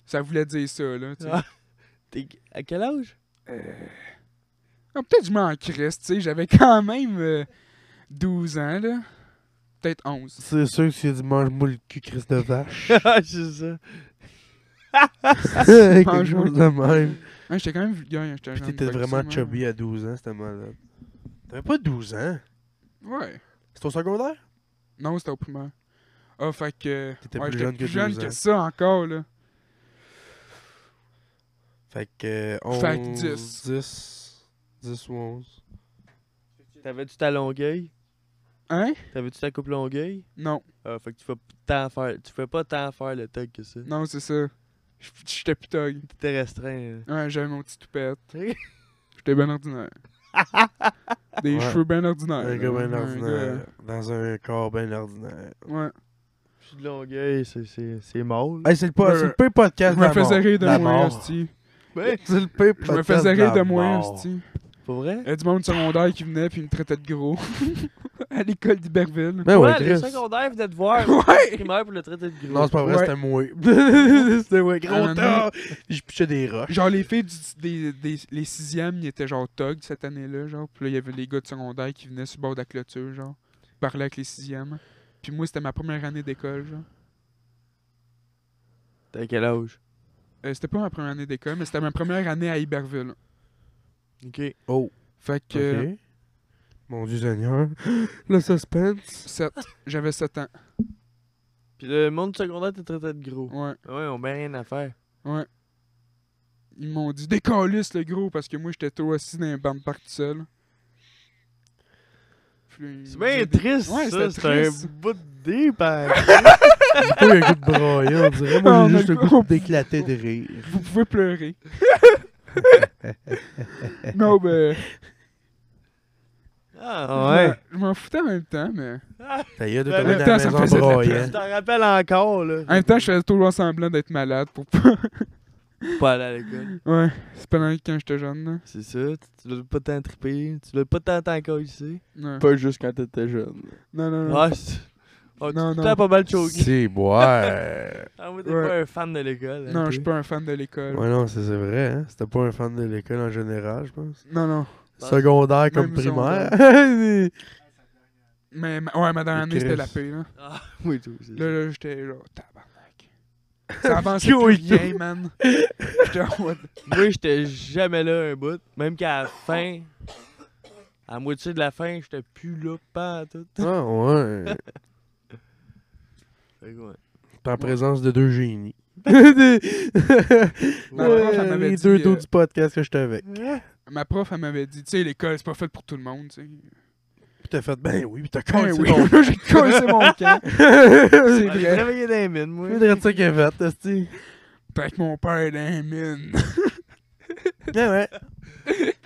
Speaker 1: ça voulait dire ça, là. tu sais.
Speaker 3: Ah. T'es à quel âge?
Speaker 1: Ah, peut-être je m'en crisse, tu sais, j'avais quand même euh, 12 ans, là. Peut-être 11.
Speaker 2: C'est sûr que c'est du mange-moi le cul, Chris de vache.
Speaker 3: Ah, c'est ça.
Speaker 2: Ah, Quelque chose de même.
Speaker 1: Hein, j'étais quand même vulgaire, j'étais
Speaker 2: Puis
Speaker 1: jeune,
Speaker 2: t'étais
Speaker 1: fait que
Speaker 2: vraiment
Speaker 1: sûrement-
Speaker 2: chubby à 12 ans, c'était malade. T'avais pas 12 ans?
Speaker 1: Ouais.
Speaker 2: C'était au secondaire?
Speaker 1: Non, c'était au primaire. Ah, fait que.
Speaker 2: T'étais
Speaker 1: ouais,
Speaker 2: plus
Speaker 1: j'étais
Speaker 2: jeune que 12 ans.
Speaker 1: ça encore, là.
Speaker 2: Fait que euh, 11,
Speaker 1: Fait que
Speaker 2: 10.
Speaker 1: 10.
Speaker 2: 10. ou 11.
Speaker 3: T'avais-tu ta longueuil?
Speaker 1: Hein?
Speaker 3: T'avais-tu ta coupe longueuil?
Speaker 1: Non,
Speaker 3: Ah, fait que tu fais tant faire. Tu fais pas tant faire le tag que ça.
Speaker 1: non, c'est ça. J- J'étais plus thug.
Speaker 3: T'étais restreint. hein.
Speaker 1: Ouais, j'avais mon petit toupette.
Speaker 3: là.
Speaker 1: J'étais bien ordinaire. Des
Speaker 2: Ouais.
Speaker 1: cheveux bien ordinaires.
Speaker 2: Un
Speaker 1: là.
Speaker 2: gars bien
Speaker 1: Un
Speaker 2: ordinaire. Dans un corps bien ordinaire.
Speaker 1: gars- Ouais.
Speaker 3: Je suis de longueuil, c'est- c'est c'est mort. là.
Speaker 2: Hey, c'est le, pas-
Speaker 1: Ouais.
Speaker 2: c'est le pire podcast
Speaker 1: Je
Speaker 2: de la
Speaker 1: me faisais
Speaker 2: mort.
Speaker 1: rire de
Speaker 2: La
Speaker 1: moi,
Speaker 2: mort.
Speaker 1: hostie.
Speaker 3: Ouais,
Speaker 2: C'est le pire podcast
Speaker 1: Je me faisais rire de
Speaker 2: la
Speaker 1: moi,
Speaker 2: mort.
Speaker 1: hostie.
Speaker 3: pour vrai?
Speaker 1: Il y a du monde secondaire qui venait puis il me traitait de gros. à l'école d'Iberville.
Speaker 2: Ben ouais,
Speaker 3: ouais, le
Speaker 2: Chris.
Speaker 3: secondaire venait te voir.
Speaker 1: Ouais.
Speaker 3: Le primaire pour le traiter de gros.
Speaker 2: Non, c'est pas vrai,
Speaker 1: Ouais.
Speaker 2: c'était moi. c'était moi,
Speaker 1: Ah,
Speaker 2: gros
Speaker 1: non.
Speaker 2: tard. Je pichais des roches.
Speaker 1: Genre, les filles du- des, des- les sixièmes, ils étaient genre tog cette année-là, genre. Puis là, il y avait les gars de secondaire qui venaient sur le bord de la clôture, genre. Parler avec les sixièmes. Puis moi, c'était ma première année d'école, genre.
Speaker 3: T'as quel âge?
Speaker 1: Euh, c'était pas ma première année d'école, mais c'était ma première année à Iberville.
Speaker 3: Ok.
Speaker 2: Oh,
Speaker 1: Fait que...
Speaker 2: ok. Mon Dieu Seigneur. Le suspense.
Speaker 1: sept. J'avais 7 ans.
Speaker 3: Puis le monde du secondaire te traitait de gros.
Speaker 1: Ouais,
Speaker 3: Ah Ouais, on a bien rien à faire.
Speaker 1: ouais. Ils m'ont dit « Décalisse, le gros! » Parce que moi, j'étais trop assis dans un banc de parc tout seul. Puis là, ils
Speaker 3: C'est
Speaker 1: me
Speaker 3: bien
Speaker 1: disaient des-
Speaker 3: triste,
Speaker 1: Ouais, c'était
Speaker 3: ça. C'est
Speaker 1: triste.
Speaker 3: un bout de dé, par-
Speaker 2: J'ai pas eu un goût de brailler, on dirait.
Speaker 1: Ah,
Speaker 2: Moi,
Speaker 1: on
Speaker 2: j'ai
Speaker 1: a
Speaker 2: juste
Speaker 1: le
Speaker 2: le
Speaker 1: goût.
Speaker 2: goût d'éclater de rire.
Speaker 1: Vous pouvez pleurer. non, ben...
Speaker 3: Ah, ouais.
Speaker 1: Je m'en foutais en même temps, mais.
Speaker 2: Ta gueule de
Speaker 1: en
Speaker 3: Ben,
Speaker 2: tomber dans
Speaker 1: même temps,
Speaker 2: la
Speaker 1: ça
Speaker 2: maison
Speaker 1: faisait de la
Speaker 2: braillant.
Speaker 3: Tu t'en rappelles encore, là.
Speaker 1: En même temps, je faisais toujours semblant d'être malade pour pas.
Speaker 3: pas aller à l'école.
Speaker 1: Ouais, c'est pendant que quand j'étais jeune, là.
Speaker 3: C'est ça. tu- Tu l'as pas tant trippé. Tu l'as pas tant tant encore ici.
Speaker 1: Non,
Speaker 4: Pas juste quand t'étais jeune.
Speaker 1: non, non. non.
Speaker 3: Ah, c'est- Ah,
Speaker 1: Non,
Speaker 3: tu
Speaker 1: non.
Speaker 3: t'as pas mal choqué.
Speaker 2: C'est boire.
Speaker 3: Ah, moi, t'es
Speaker 1: Ouais.
Speaker 3: pas un fan de l'école.
Speaker 1: non,
Speaker 3: hein, toi.
Speaker 1: je suis pas un fan de l'école.
Speaker 2: Ouais, non, c'est c'est vrai, hein. C'était pas un fan de l'école en général, je pense.
Speaker 1: Non, non.
Speaker 2: Secondaire comme
Speaker 1: Même
Speaker 2: primaire.
Speaker 1: Mais ma- ouais, ma dernière année,
Speaker 2: Chris.
Speaker 1: c'était la paix, là.
Speaker 3: Ah, oui, toi aussi.
Speaker 1: Là, là, j'étais là, tabarnak. Ça avançait
Speaker 2: Yo,
Speaker 1: plus
Speaker 2: yo.
Speaker 1: rien, man. J'étais en mode.
Speaker 3: Moi, j'étais jamais là un bout. Même qu'à la fin, à la moitié de la fin, j'étais plus là, pas tout.
Speaker 2: ah, ouais.
Speaker 3: Fait que ouais.
Speaker 2: T'es en présence de deux génies.
Speaker 1: Ma prof, elle m'avait
Speaker 2: les
Speaker 1: dit,
Speaker 2: deux
Speaker 1: euh,
Speaker 2: dos du podcast que j'étais avec.
Speaker 1: Ma prof, elle m'avait dit, tu sais, l'école, c'est pas fait pour tout le monde, tu sais.
Speaker 2: Puis t'as fait, ben oui, puis t'as
Speaker 1: Ben
Speaker 2: collé
Speaker 1: oui, là, j'ai cassé mon camp. C'est
Speaker 3: Ah, J'ai
Speaker 1: vrai.
Speaker 3: travaillé dans les mines, moi.
Speaker 2: Je dirais ça qu'elle fait, t'as-tu?
Speaker 1: Avec mon père dans la mine.
Speaker 2: Ouais, Ben ouais.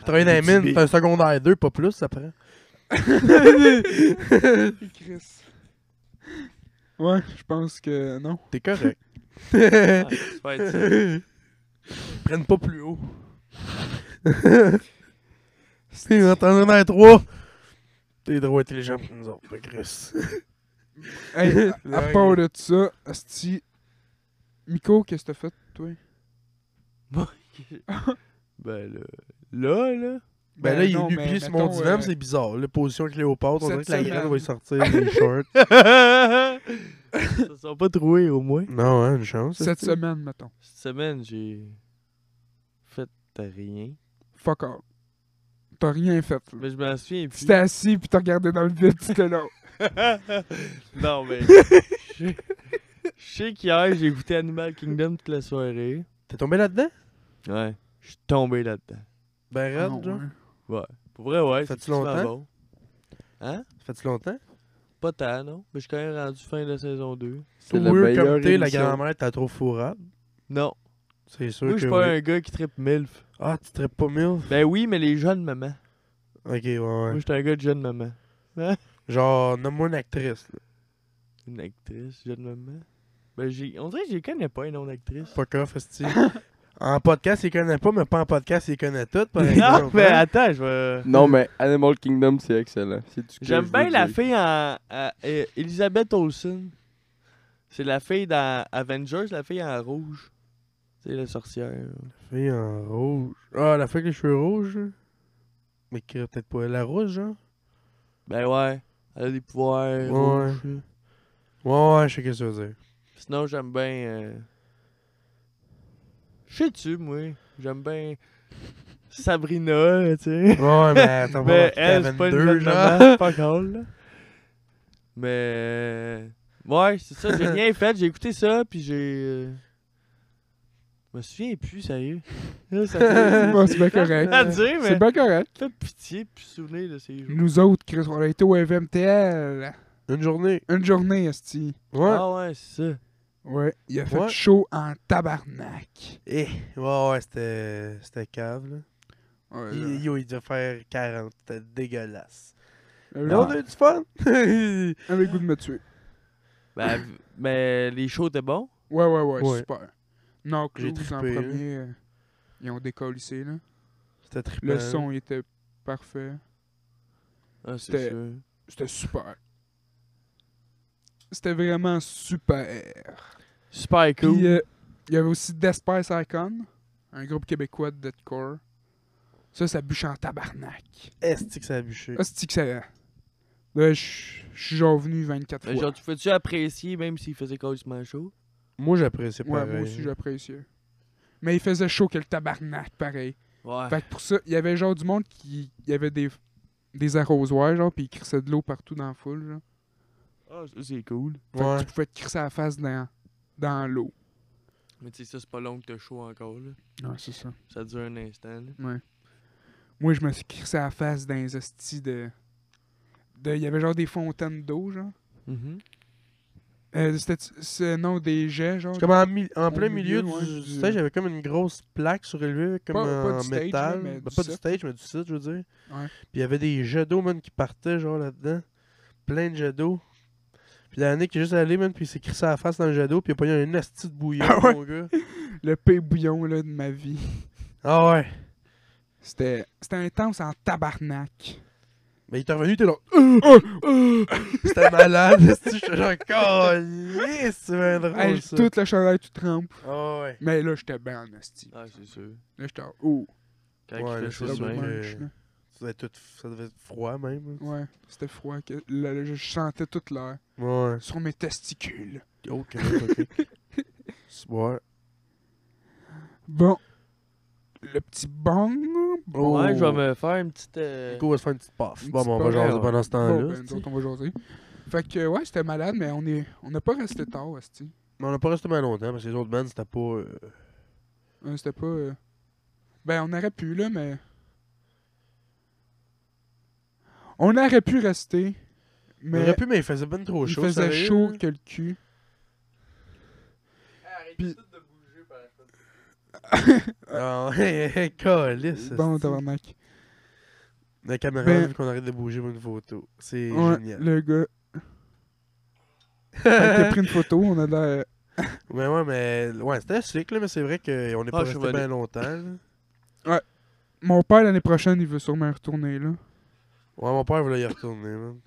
Speaker 2: Travailler dans les
Speaker 3: Petit
Speaker 2: mines, t'as un secondaire 2, pas plus, ça prend.
Speaker 1: Chris. Ouais, je pense que non.
Speaker 2: T'es correct.
Speaker 3: Ah, c'est pas être ça.
Speaker 2: Prenne pas plus haut. si, on t'en dans trois. T'es trop intelligent pour nous autres, ben, Chris.
Speaker 1: Hey, à, à
Speaker 2: Ouais.
Speaker 1: part de ça, Asti. Miko, qu'est-ce que t'as fait, toi?
Speaker 3: Ben là, là, là.
Speaker 2: Ben, là, il est
Speaker 1: non,
Speaker 2: nu
Speaker 1: mais
Speaker 2: pied sur mon
Speaker 1: mettons,
Speaker 2: divan,
Speaker 1: euh,
Speaker 2: c'est bizarre. La position avec Léopold, on dirait
Speaker 1: cette
Speaker 2: que la
Speaker 1: semaine.
Speaker 2: graine va y sortir des shorts.
Speaker 3: Ça sont pas troués au moins.
Speaker 2: Non, hein, une chance.
Speaker 1: Cette
Speaker 2: c'est-
Speaker 1: semaine, mettons.
Speaker 3: Cette semaine, j'ai fait rien.
Speaker 1: Fuck off. T'as rien fait. là.
Speaker 2: Ben,
Speaker 3: Mais je m'en souviens
Speaker 1: Tu
Speaker 3: plus.
Speaker 1: t'es assis puis t'as regardé dans le vide, tu t'es là.
Speaker 3: non, mais. Je je sais qu'hier, j'ai écouté Animal Kingdom toute la soirée.
Speaker 2: T'es tombé là-dedans?
Speaker 3: Ouais. Je suis tombé là-dedans.
Speaker 2: Ben,
Speaker 1: Ah
Speaker 2: raide,
Speaker 1: non,
Speaker 2: genre.
Speaker 1: hein.
Speaker 3: Pour vrai, ouais.
Speaker 2: Fait-tu
Speaker 3: c'est crissement
Speaker 2: longtemps?
Speaker 3: bon. Hein?
Speaker 2: Ça fait-tu longtemps?
Speaker 3: Pas tant, non. Mais je suis quand même rendu fin de la saison 2.
Speaker 4: C'est
Speaker 2: Tout
Speaker 4: la
Speaker 2: weird
Speaker 4: meilleure
Speaker 2: comme t'es, la
Speaker 4: émission.
Speaker 2: grand-mère, t'as trop fourrable.
Speaker 3: Non.
Speaker 2: C'est sûr
Speaker 3: Moi, je
Speaker 2: que.
Speaker 3: suis pas
Speaker 2: oui.
Speaker 3: un gars qui tripe MILF.
Speaker 2: Ah, tu traites pas mille?
Speaker 3: Ben oui, mais les jeunes mamans.
Speaker 2: Ok, ouais, ouais.
Speaker 3: Moi, je suis un gars de jeune maman.
Speaker 2: Genre, nomme-moi une actrice. là.
Speaker 3: Une actrice, jeune maman. Ben, j'ai... on dirait que je les connais pas, une non actrice.
Speaker 2: Fuck off, esti. En podcast, il connaît pas, mais pas en podcast, il connaît tout, par
Speaker 3: Non,
Speaker 2: exemple.
Speaker 3: mais
Speaker 2: hein.
Speaker 3: attends, je vais.
Speaker 4: Non, mais Animal Kingdom, c'est excellent. C'est du que
Speaker 3: J'aime
Speaker 4: je
Speaker 3: bien
Speaker 4: veux
Speaker 3: la
Speaker 4: dire.
Speaker 3: fille en. à- euh, Elizabeth Olsen. C'est la fille dans Avengers, la fille en rouge. C'est la sorcière.
Speaker 2: Fille en rouge. Ah, la fille avec les cheveux rouges. là. Mais qui a peut-être pas la rouge, genre.
Speaker 3: Ben ouais, elle a des pouvoirs.
Speaker 2: Ouais.
Speaker 3: rouges, là.
Speaker 2: Ouais, ouais, je sais ce que ça veut dire.
Speaker 3: Sinon, j'aime bien. euh, Je sais-tu, moi. J'aime bien. Sabrina, tu sais.
Speaker 2: Ouais, mais attends,
Speaker 3: Mais
Speaker 2: pas
Speaker 3: elle, c'est pas une bonne
Speaker 2: genre.
Speaker 3: maman, pas cool, là. Mais. euh, Ouais, c'est ça, j'ai rien fait. J'ai écouté ça, puis j'ai. euh, Je me souviens plus, sérieux. Là, ça fait-
Speaker 1: hein. Bon, c'est bien correct.
Speaker 2: Ah,
Speaker 3: à dire, mais.
Speaker 1: C'est bien correct.
Speaker 3: Fait pitié, puis souvenir de ces jours.
Speaker 1: Nous autres, Chris, on a été au FMTL.
Speaker 2: Une journée.
Speaker 1: Une journée, Esti.
Speaker 2: Ouais.
Speaker 3: Ah ouais, c'est ça.
Speaker 1: Ouais. Il a fait
Speaker 2: Ouais.
Speaker 1: chaud en tabarnak.
Speaker 2: Eh, ouais, ouais, c'était. C'était cave, là.
Speaker 1: Ouais, là.
Speaker 2: Il- Yo, il devait faire 40. C'était dégueulasse. Mais
Speaker 1: Là,
Speaker 2: on a eu du fun.
Speaker 1: Ah, Avec goût de me tuer.
Speaker 3: Ben, v- mais les shows étaient bons.
Speaker 1: Ouais, ouais, ouais,
Speaker 2: Ouais.
Speaker 1: super. Non,
Speaker 2: J'ai
Speaker 1: Cruise en
Speaker 2: trippé, là.
Speaker 1: premier, euh, ils ont décollissé, là.
Speaker 2: C'était trippant.
Speaker 1: Le son il était parfait.
Speaker 3: Ah, c'est
Speaker 1: C'était-
Speaker 3: sûr.
Speaker 1: C'était super. C'était vraiment super.
Speaker 3: Super
Speaker 1: Puis,
Speaker 3: cool.
Speaker 1: euh, il y avait aussi Despice Icon, un groupe québécois de deathcore. Ça, ça bûche en tabarnak.
Speaker 2: Est-ce que ça a bûché?
Speaker 1: Ah, c'est-tu que ça... Là, je je suis genre venu 24
Speaker 3: Ben,
Speaker 1: fois.
Speaker 3: Genre, tu fais-tu apprécier même s'il faisait carrément chaud?
Speaker 2: Moi, j'appréciais pas.
Speaker 1: Ouais, moi aussi, j'appréciais. Mais il faisait chaud que le tabarnak, pareil.
Speaker 3: Ouais.
Speaker 2: Ah.
Speaker 1: Fait que pour ça, il y avait genre du monde qui... Il y avait des, des arrosoirs, genre, puis ils crissaient de l'eau partout dans la foule, genre.
Speaker 3: Ah, ça, c'est cool.
Speaker 1: Fait
Speaker 2: Ouais.
Speaker 1: que tu pouvais te crisser la face dans, dans l'eau.
Speaker 3: Mais tu sais, ça, c'est pas long que t'as chaud encore, là.
Speaker 1: Ouais, c'est ça.
Speaker 3: Ça dure un instant, là.
Speaker 1: Ouais. Moi, je me suis crissé à la face dans les hosties de... de- Il y avait genre des fontaines d'eau, genre.
Speaker 3: Mhm.
Speaker 1: Euh, c'était... c'est- Non, des jets, genre.
Speaker 2: Comme en, mi- en
Speaker 1: Au
Speaker 2: plein
Speaker 1: milieu,
Speaker 2: milieu, du,
Speaker 1: ouais,
Speaker 2: du
Speaker 1: du-
Speaker 2: stage, j'avais comme une grosse plaque surélevée, comme
Speaker 1: Pas- pas
Speaker 2: en
Speaker 1: du stage, là,
Speaker 2: métal.
Speaker 1: mais
Speaker 2: Ben,
Speaker 1: du
Speaker 2: pas du
Speaker 1: site.
Speaker 2: stage, mais du site, je veux dire.
Speaker 1: Ouais.
Speaker 2: Puis il y avait des jets d'eau, man, qui partaient, genre, là-dedans. Plein de jets d'eau. Puis l'année qui est juste allé, man, puis il s'est crissé à la face dans le jet d'eau, puis il a pogné un asti de bouillon,
Speaker 1: Ah ouais?
Speaker 2: mon gars.
Speaker 1: Le pire bouillon, là, de ma vie.
Speaker 2: Ah ouais.
Speaker 1: C'était... C'était intense en tabarnak.
Speaker 2: Mais il est revenu, t'es là. Euh, euh, euh. C'était malade, esti, j'étais genre, calisse, c'est bien
Speaker 1: Hey,
Speaker 2: drôle, Ah, ça.
Speaker 1: tout le chandail, tout trempe.
Speaker 2: Ah ouais.
Speaker 1: Mais là, j'étais bien en hostie.
Speaker 3: Ah, c'est sûr.
Speaker 1: Là, j'étais... en- Oh!
Speaker 3: Quand
Speaker 2: Ouais,
Speaker 3: il
Speaker 2: là,
Speaker 3: fait
Speaker 2: c'est
Speaker 3: chaud,
Speaker 2: sûr
Speaker 3: de même.
Speaker 2: que-
Speaker 1: Dommage, là.
Speaker 2: Ça devait être tout- ça devait être froid, même.
Speaker 1: Ouais, c'était froid. Que... là, là, je sentais toute l'air
Speaker 2: Ouais. Oh,
Speaker 1: sur mes testicules.
Speaker 2: Ok, ok. ouais.
Speaker 1: Bon. Le petit bang. Bon.
Speaker 3: Ouais, je vais me faire une petite. euh,
Speaker 2: Nico va se faire une petite paf.
Speaker 1: Une
Speaker 2: Bon,
Speaker 1: petite
Speaker 2: bon, on va
Speaker 1: paf.
Speaker 2: jaser pendant ce
Speaker 1: Bon,
Speaker 2: temps-là.
Speaker 1: ben, nous
Speaker 2: c'est-tu.
Speaker 1: autres, on va jaser. Fait que, ouais, c'était malade, mais on est, on n'a pas resté tard, esti.
Speaker 2: Mais on n'a pas resté mal longtemps parce que les autres bands, c'était pas. euh,
Speaker 1: Euh, c'était pas... euh, Ben, on aurait pu, là, mais... On aurait pu rester,
Speaker 2: On
Speaker 1: mais
Speaker 2: aurait pu, mais il faisait ben trop
Speaker 1: il
Speaker 2: chaud.
Speaker 1: faisait
Speaker 2: sérieux,
Speaker 1: chaud
Speaker 2: là.
Speaker 1: que le cul. Puis-
Speaker 2: Ah, ouais, calisse.
Speaker 1: Bon,
Speaker 2: esti.
Speaker 1: tabarnak.
Speaker 2: La caméra,
Speaker 1: Ben-
Speaker 2: vu qu'on arrête de bouger pour une photo. C'est
Speaker 1: Ouais,
Speaker 2: génial.
Speaker 1: le gars... Fait qu'il a pris une photo, on a l'air...
Speaker 2: Mais ouais, mais. Ouais, c'était sick, là, mais c'est vrai qu'on n'est
Speaker 3: Ah,
Speaker 2: pas
Speaker 3: je suis
Speaker 2: resté
Speaker 3: allé.
Speaker 2: bien longtemps. là.
Speaker 1: Mon père, l'année prochaine, il veut sûrement y retourner, là.
Speaker 2: Ouais, mon père voulait y retourner, man.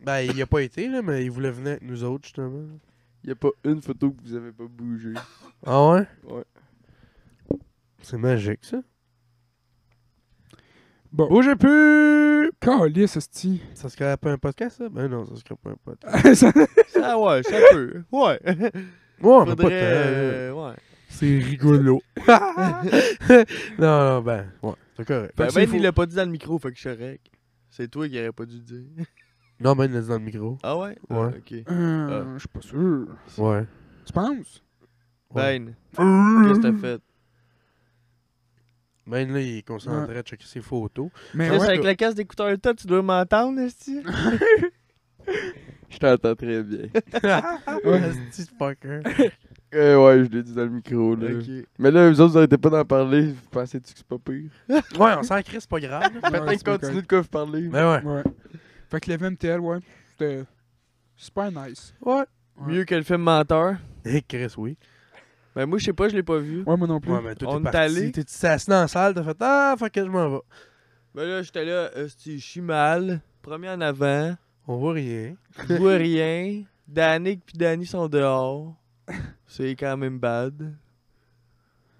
Speaker 2: Ben, il y a pas été, là, mais il voulait venir avec nous autres, justement.
Speaker 4: Il n'y a pas une photo que vous avez pas bougé.
Speaker 2: Ah ouais?
Speaker 4: Ouais.
Speaker 2: C'est magique, ça.
Speaker 1: Bon.
Speaker 2: Bougez plus!
Speaker 1: Calice, esti.
Speaker 2: Ça se crée pas un podcast, ça? Ben non, ça se crée pas un podcast.
Speaker 1: Ça-
Speaker 3: Ah ouais, ça peut. Ouais.
Speaker 2: Ouais, mais Ah, pas
Speaker 3: Faudrait.
Speaker 2: tant.
Speaker 3: euh, ouais.
Speaker 2: C'est rigolo. non, non, ben, ouais, c'est correct.
Speaker 3: Ben,
Speaker 1: que
Speaker 3: ben,
Speaker 1: c'est
Speaker 3: il
Speaker 1: faux.
Speaker 3: l'a pas dit dans le micro, fait que je suis correct. C'est toi qui aurais pas dû le dire.
Speaker 2: Non, ben, il l'a dit dans le micro.
Speaker 3: Ah ouais? Ah,
Speaker 2: Ouais.
Speaker 3: ok.
Speaker 1: Euh, Je suis pas sûr.
Speaker 2: Ouais.
Speaker 1: Tu penses?
Speaker 2: ouais.
Speaker 3: Ben, qu'est-ce que t'as fait?
Speaker 2: Ben, là, il est concentré à checker ses photos.
Speaker 1: Mais
Speaker 3: Chris,
Speaker 1: Ben ouais,
Speaker 3: avec la casse d'écouteur top, tu dois m'entendre, Esti?
Speaker 4: Je t'entends très bien.
Speaker 2: Asti de fucker.
Speaker 4: Euh, ouais, je l'ai dit dans le micro, là.
Speaker 3: ok.
Speaker 4: Mais là, vous autres, vous arrêtez pas d'en parler. Vous pensez-tu que c'est pas pire?
Speaker 2: Ouais, on s'en crée, c'est pas grave. là.
Speaker 1: Ouais,
Speaker 4: Maintenant
Speaker 1: c'est
Speaker 4: que continue de quoi vous parler.
Speaker 2: Ben ouais.
Speaker 1: ouais. Fait que le MTL, ouais, c'était super nice.
Speaker 3: Ouais.
Speaker 1: Ouais.
Speaker 3: Mieux que le film Menteur.
Speaker 2: Eh, Chris, oui.
Speaker 3: Ben moi, je sais pas, je l'ai pas vu.
Speaker 1: Ouais, moi non plus.
Speaker 2: Ouais, mais toi,
Speaker 3: On
Speaker 2: t'es
Speaker 3: est
Speaker 2: parti.
Speaker 3: allé.
Speaker 2: T'es t'es assis dans la salle, t'as fait Ah, fuck, it, je m'en vais.
Speaker 3: Ben là, j'étais là, hostie, je suis mal. Premier en avant.
Speaker 2: On voit rien.
Speaker 3: Je vois rien. Danick puis Danny sont dehors. C'est quand même bad.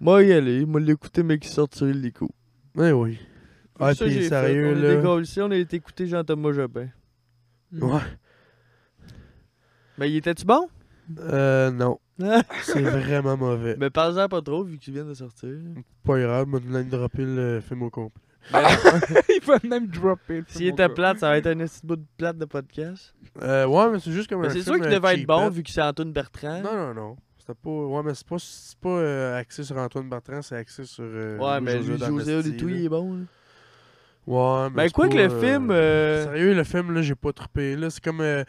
Speaker 3: Moi, y aller. Moi, l'écouter, mais qui sort sur l'hélico.
Speaker 2: Mais Eh oui. Ah,
Speaker 3: Ça, j'ai
Speaker 2: pis
Speaker 3: fait.
Speaker 2: sérieux,
Speaker 3: on
Speaker 2: là.
Speaker 3: est décollé, on a été écouté Jean-Thomas Jobin.
Speaker 2: Ouais.
Speaker 3: Mais il était-tu bon?
Speaker 2: Euh, non. C'est vraiment mauvais.
Speaker 3: mais parle-en pas trop, vu qu'il vient de sortir.
Speaker 2: Pas grave, m'a donné de dropper le film au complet.
Speaker 1: Il va même dropper. le
Speaker 3: S'il
Speaker 1: film au
Speaker 3: était
Speaker 1: gars.
Speaker 3: plate, ça va être un petit bout de plate de podcast.
Speaker 2: Euh, ouais, mais c'est juste comme
Speaker 3: Mais
Speaker 2: un
Speaker 3: Ben, c'est sûr
Speaker 2: film,
Speaker 3: qu'il
Speaker 2: euh,
Speaker 3: devait être bon,
Speaker 2: cheapette.
Speaker 3: vu que c'est Antoine Bertrand.
Speaker 2: Non, non, non. C'était pas. Ouais, mais c'est pas, c'est pas euh, axé sur Antoine Bertrand, c'est axé sur. euh,
Speaker 3: ouais, mais
Speaker 2: Louis-José
Speaker 3: lui, José
Speaker 2: d'Amnesty,
Speaker 3: Lutou,
Speaker 2: là.
Speaker 3: il est bon. là.
Speaker 2: Ouais, mais.
Speaker 3: Ben,
Speaker 2: c'est
Speaker 3: quoi que
Speaker 2: pas,
Speaker 3: le
Speaker 2: euh,
Speaker 3: film. euh,
Speaker 2: Sérieux, le film, là, j'ai pas trippé. Là, c'est comme. euh,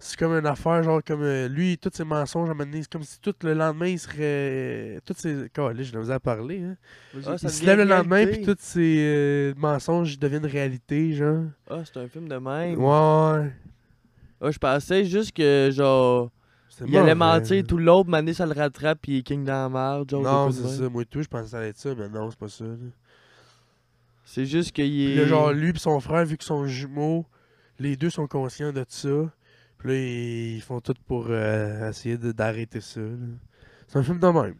Speaker 2: c'est comme une affaire, genre, comme. euh, lui, tous ses mensonges, à un moment donné, c'est comme si tout le lendemain, il serait. Toutes ses. Calais, je vous ai parlé, hein.
Speaker 3: ah, ça
Speaker 2: il se
Speaker 3: devient
Speaker 2: lève le lendemain,
Speaker 3: réalité.
Speaker 2: puis tous ses euh, mensonges deviennent réalité, genre.
Speaker 3: Ah, c'est un film de même.
Speaker 2: Ouais.
Speaker 3: Ah, je pensais juste que, genre,
Speaker 2: C'est
Speaker 3: il allait
Speaker 2: mauvais.
Speaker 3: mentir tout l'autre, mané, ça le rattrape, puis il est king dans la merde. genre,
Speaker 2: Non,
Speaker 3: des coups
Speaker 2: c'est
Speaker 3: de même.
Speaker 2: ça. Moi et tout, je pensais que ça allait être ça, mais non, c'est pas ça. là.
Speaker 3: C'est juste qu'il
Speaker 2: Puis
Speaker 3: est.
Speaker 2: là, genre, lui pis son frère, vu qu'ils sont jumeaux, les deux sont conscients de ça. Puis là, ils- ils font tout pour euh, essayer de- d'arrêter ça. là. C'est un film de même.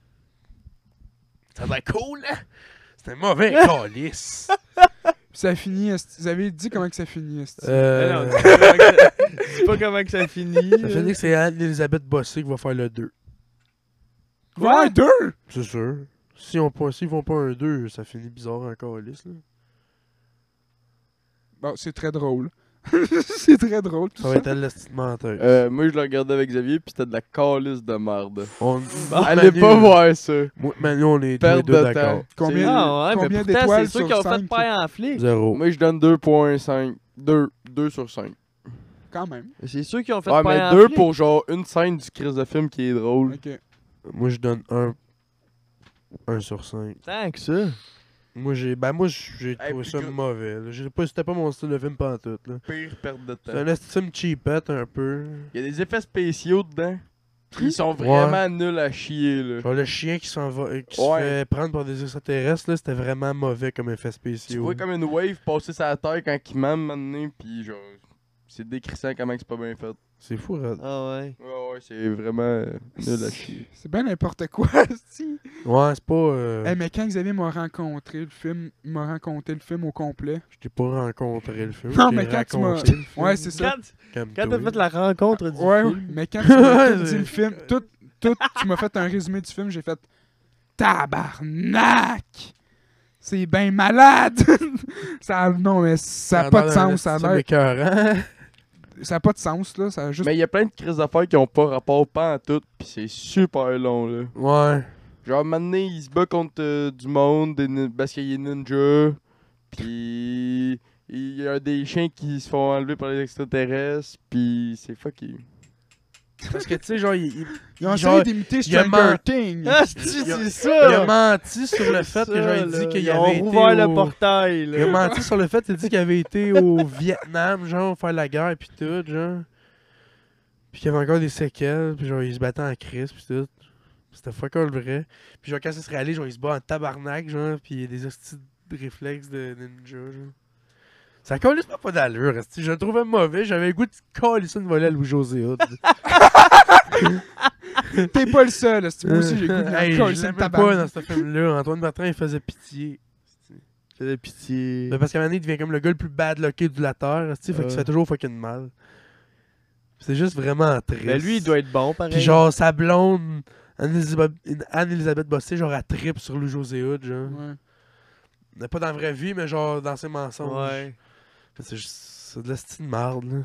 Speaker 2: Ça va être cool, hein? C'était mauvais, calice!
Speaker 1: Puis ça finit. esti- Vous avez dit comment que ça finit, esti.
Speaker 3: Mais non,
Speaker 2: Euh,
Speaker 3: dis pas comment que ça- dis pas comment que ça finit.
Speaker 2: ça
Speaker 3: là.
Speaker 2: fait dire que c'est Anne-Elisabeth Bossé qui va faire le 2.
Speaker 1: Ouais, deux!
Speaker 2: C'est sûr. Si on pas, s'ils font pas un 2, ça finit bizarre en calice, là.
Speaker 1: Bon, c'est très drôle. c'est très drôle, tout
Speaker 2: Ça
Speaker 3: Ah
Speaker 1: ça.
Speaker 2: va être elle, la petite menteuse.
Speaker 4: Euh, moi, je le regardais avec Xavier, pis c'était de la calice de merde.
Speaker 2: On...
Speaker 3: Ah,
Speaker 4: Allez
Speaker 2: Manu-
Speaker 4: pas voir ça.
Speaker 2: Moi, Manu, on est tous les
Speaker 4: Perte
Speaker 2: deux
Speaker 4: de
Speaker 2: d'accord.
Speaker 4: temps.
Speaker 1: Combien-
Speaker 4: C'est-
Speaker 3: Non, Ah ouais,
Speaker 1: Combien
Speaker 3: mais pourtant,
Speaker 1: d'étoiles
Speaker 3: c'est sûr
Speaker 1: sur
Speaker 3: qu'ils ont fait
Speaker 1: cinq,
Speaker 3: paire en flic.
Speaker 2: Zéro.
Speaker 4: Moi, je donne 2.5. 2, 2 sur 5.
Speaker 1: Quand même.
Speaker 3: C'est sûr qu'ils ont fait
Speaker 4: Ouais, mais
Speaker 3: paire en
Speaker 4: 2
Speaker 3: flic.
Speaker 4: pour genre une scène du crise de film qui est drôle.
Speaker 1: Ok.
Speaker 2: Moi, je donne un. 1 sur 5.
Speaker 3: Tant que ça.
Speaker 2: Moi, j'ai. Ben, moi, j'ai
Speaker 4: Hey,
Speaker 2: trouvé
Speaker 4: puis
Speaker 2: ça
Speaker 4: que-
Speaker 2: mauvais. là. Je sais pas, c'était pas mon style de film pantoute. Là.
Speaker 4: Pire perte de temps.
Speaker 2: C'est un estime cheapette, un peu.
Speaker 4: Il y a des effets spéciaux dedans. Ils sont vraiment nuls à chier, là.
Speaker 2: Genre, le chien qui s'en va. euh, qui
Speaker 4: Euh. Ouais.
Speaker 2: se fait prendre par des extraterrestres, là, c'était vraiment mauvais comme effet spécial.
Speaker 4: Tu vois comme une wave passer sa terre quand il m'a maintenant, pis genre. C'est décrissant comment que c'est pas bien fait.
Speaker 2: C'est fou, Rod.
Speaker 3: Ah ouais.
Speaker 4: Ouais, ouais, c'est vraiment euh, nul à chier.
Speaker 1: C'est bien n'importe quoi, si.
Speaker 2: Ouais, c'est pas. euh,
Speaker 1: Eh mais quand Xavier m'a rencontré le film, il m'a raconté le film au complet.
Speaker 2: Je t'ai pas rencontré le film.
Speaker 1: Non,
Speaker 2: je t'ai
Speaker 1: mais quand tu m'as-
Speaker 2: raconté le film,
Speaker 1: Ouais, c'est ça.
Speaker 3: Quand,
Speaker 2: comme
Speaker 3: quand
Speaker 2: toi.
Speaker 3: t'as fait la rencontre du
Speaker 1: Ouais,
Speaker 3: film,
Speaker 1: mais quand tu m'as
Speaker 2: Ouais,
Speaker 1: tout dit
Speaker 2: c'est-
Speaker 1: le film, tout, tout, tu m'as fait un résumé du film, j'ai fait Tabarnak! C'est ben malade! ça a- non, mais ça n'a pas de sens, ça a l'air-
Speaker 2: l'air.
Speaker 1: Ça a pas de sens, là, ça a juste.
Speaker 4: Mais il y a plein de crises d'affaires qui ont pas rapport pas en tout, pis c'est super long, là.
Speaker 2: Ouais.
Speaker 4: Genre, maintenant, il se bat contre euh, du monde des nin- parce qu'il est ninja. Puis il y a des chiens qui se font enlever par les extraterrestres. Puis c'est fucké.
Speaker 2: Parce que, tu sais, genre, il- il-
Speaker 1: Ils ont
Speaker 2: genre,
Speaker 1: essayé d'imiter
Speaker 2: il y a
Speaker 1: Stranger
Speaker 2: man-
Speaker 1: Things!
Speaker 3: Ah, c'est
Speaker 2: Il
Speaker 3: c'est
Speaker 2: a- il a
Speaker 3: ça!
Speaker 1: Ah!
Speaker 2: menti sur le
Speaker 3: C'est
Speaker 2: fait que, genre, il
Speaker 3: ça,
Speaker 2: dit
Speaker 3: là.
Speaker 2: qu'il
Speaker 3: Ils
Speaker 2: avait
Speaker 3: ont
Speaker 2: été
Speaker 3: rouvert le
Speaker 2: au-
Speaker 3: portail,
Speaker 2: Il
Speaker 3: là.
Speaker 2: a menti sur le fait, il dit qu'il avait été au Vietnam, genre, faire la guerre, puis tout, genre. Puis qu'il y avait encore des séquelles, puis genre, il se battait en crise, puis tout. C'était fuck all vrai. Puis genre, quand ça serait allé, genre, il se bat en tabarnak, genre, puis il y a des hosties de réflexes de ninja, genre. Ça colle pas pas d'allure, esti. je le trouvais mauvais, j'avais le goût de coller ça une volée à Louis-José Hood.
Speaker 1: T'es pas le seul, là, c'est- moi aussi j'ai goût de la
Speaker 2: Hey,
Speaker 1: colle,
Speaker 2: je
Speaker 1: c'est le
Speaker 2: l'aimais
Speaker 1: tabarnak.
Speaker 2: pas dans ce film-là, Antoine Bertrand, il faisait pitié.
Speaker 3: Faisais pitié.
Speaker 2: Ben, parce qu'à un moment donné, il devient comme le gars le plus bad lucké de la Terre, tu sais, fait qu'il se
Speaker 3: Ouais.
Speaker 2: fait toujours fucking mal. C'est juste vraiment triste.
Speaker 3: Mais Ben, lui, il doit être bon, pareil.
Speaker 2: Puis genre, sa blonde, Anne-Elisabeth Anne-Elisabeth Bossé, genre, elle tripe sur Louis José Hood, genre.
Speaker 1: Ouais.
Speaker 2: Mais Pas dans la vraie vie, mais genre, dans ses mensonges.
Speaker 3: Ouais.
Speaker 2: Fait que C'est juste, c'est de la style marde, là.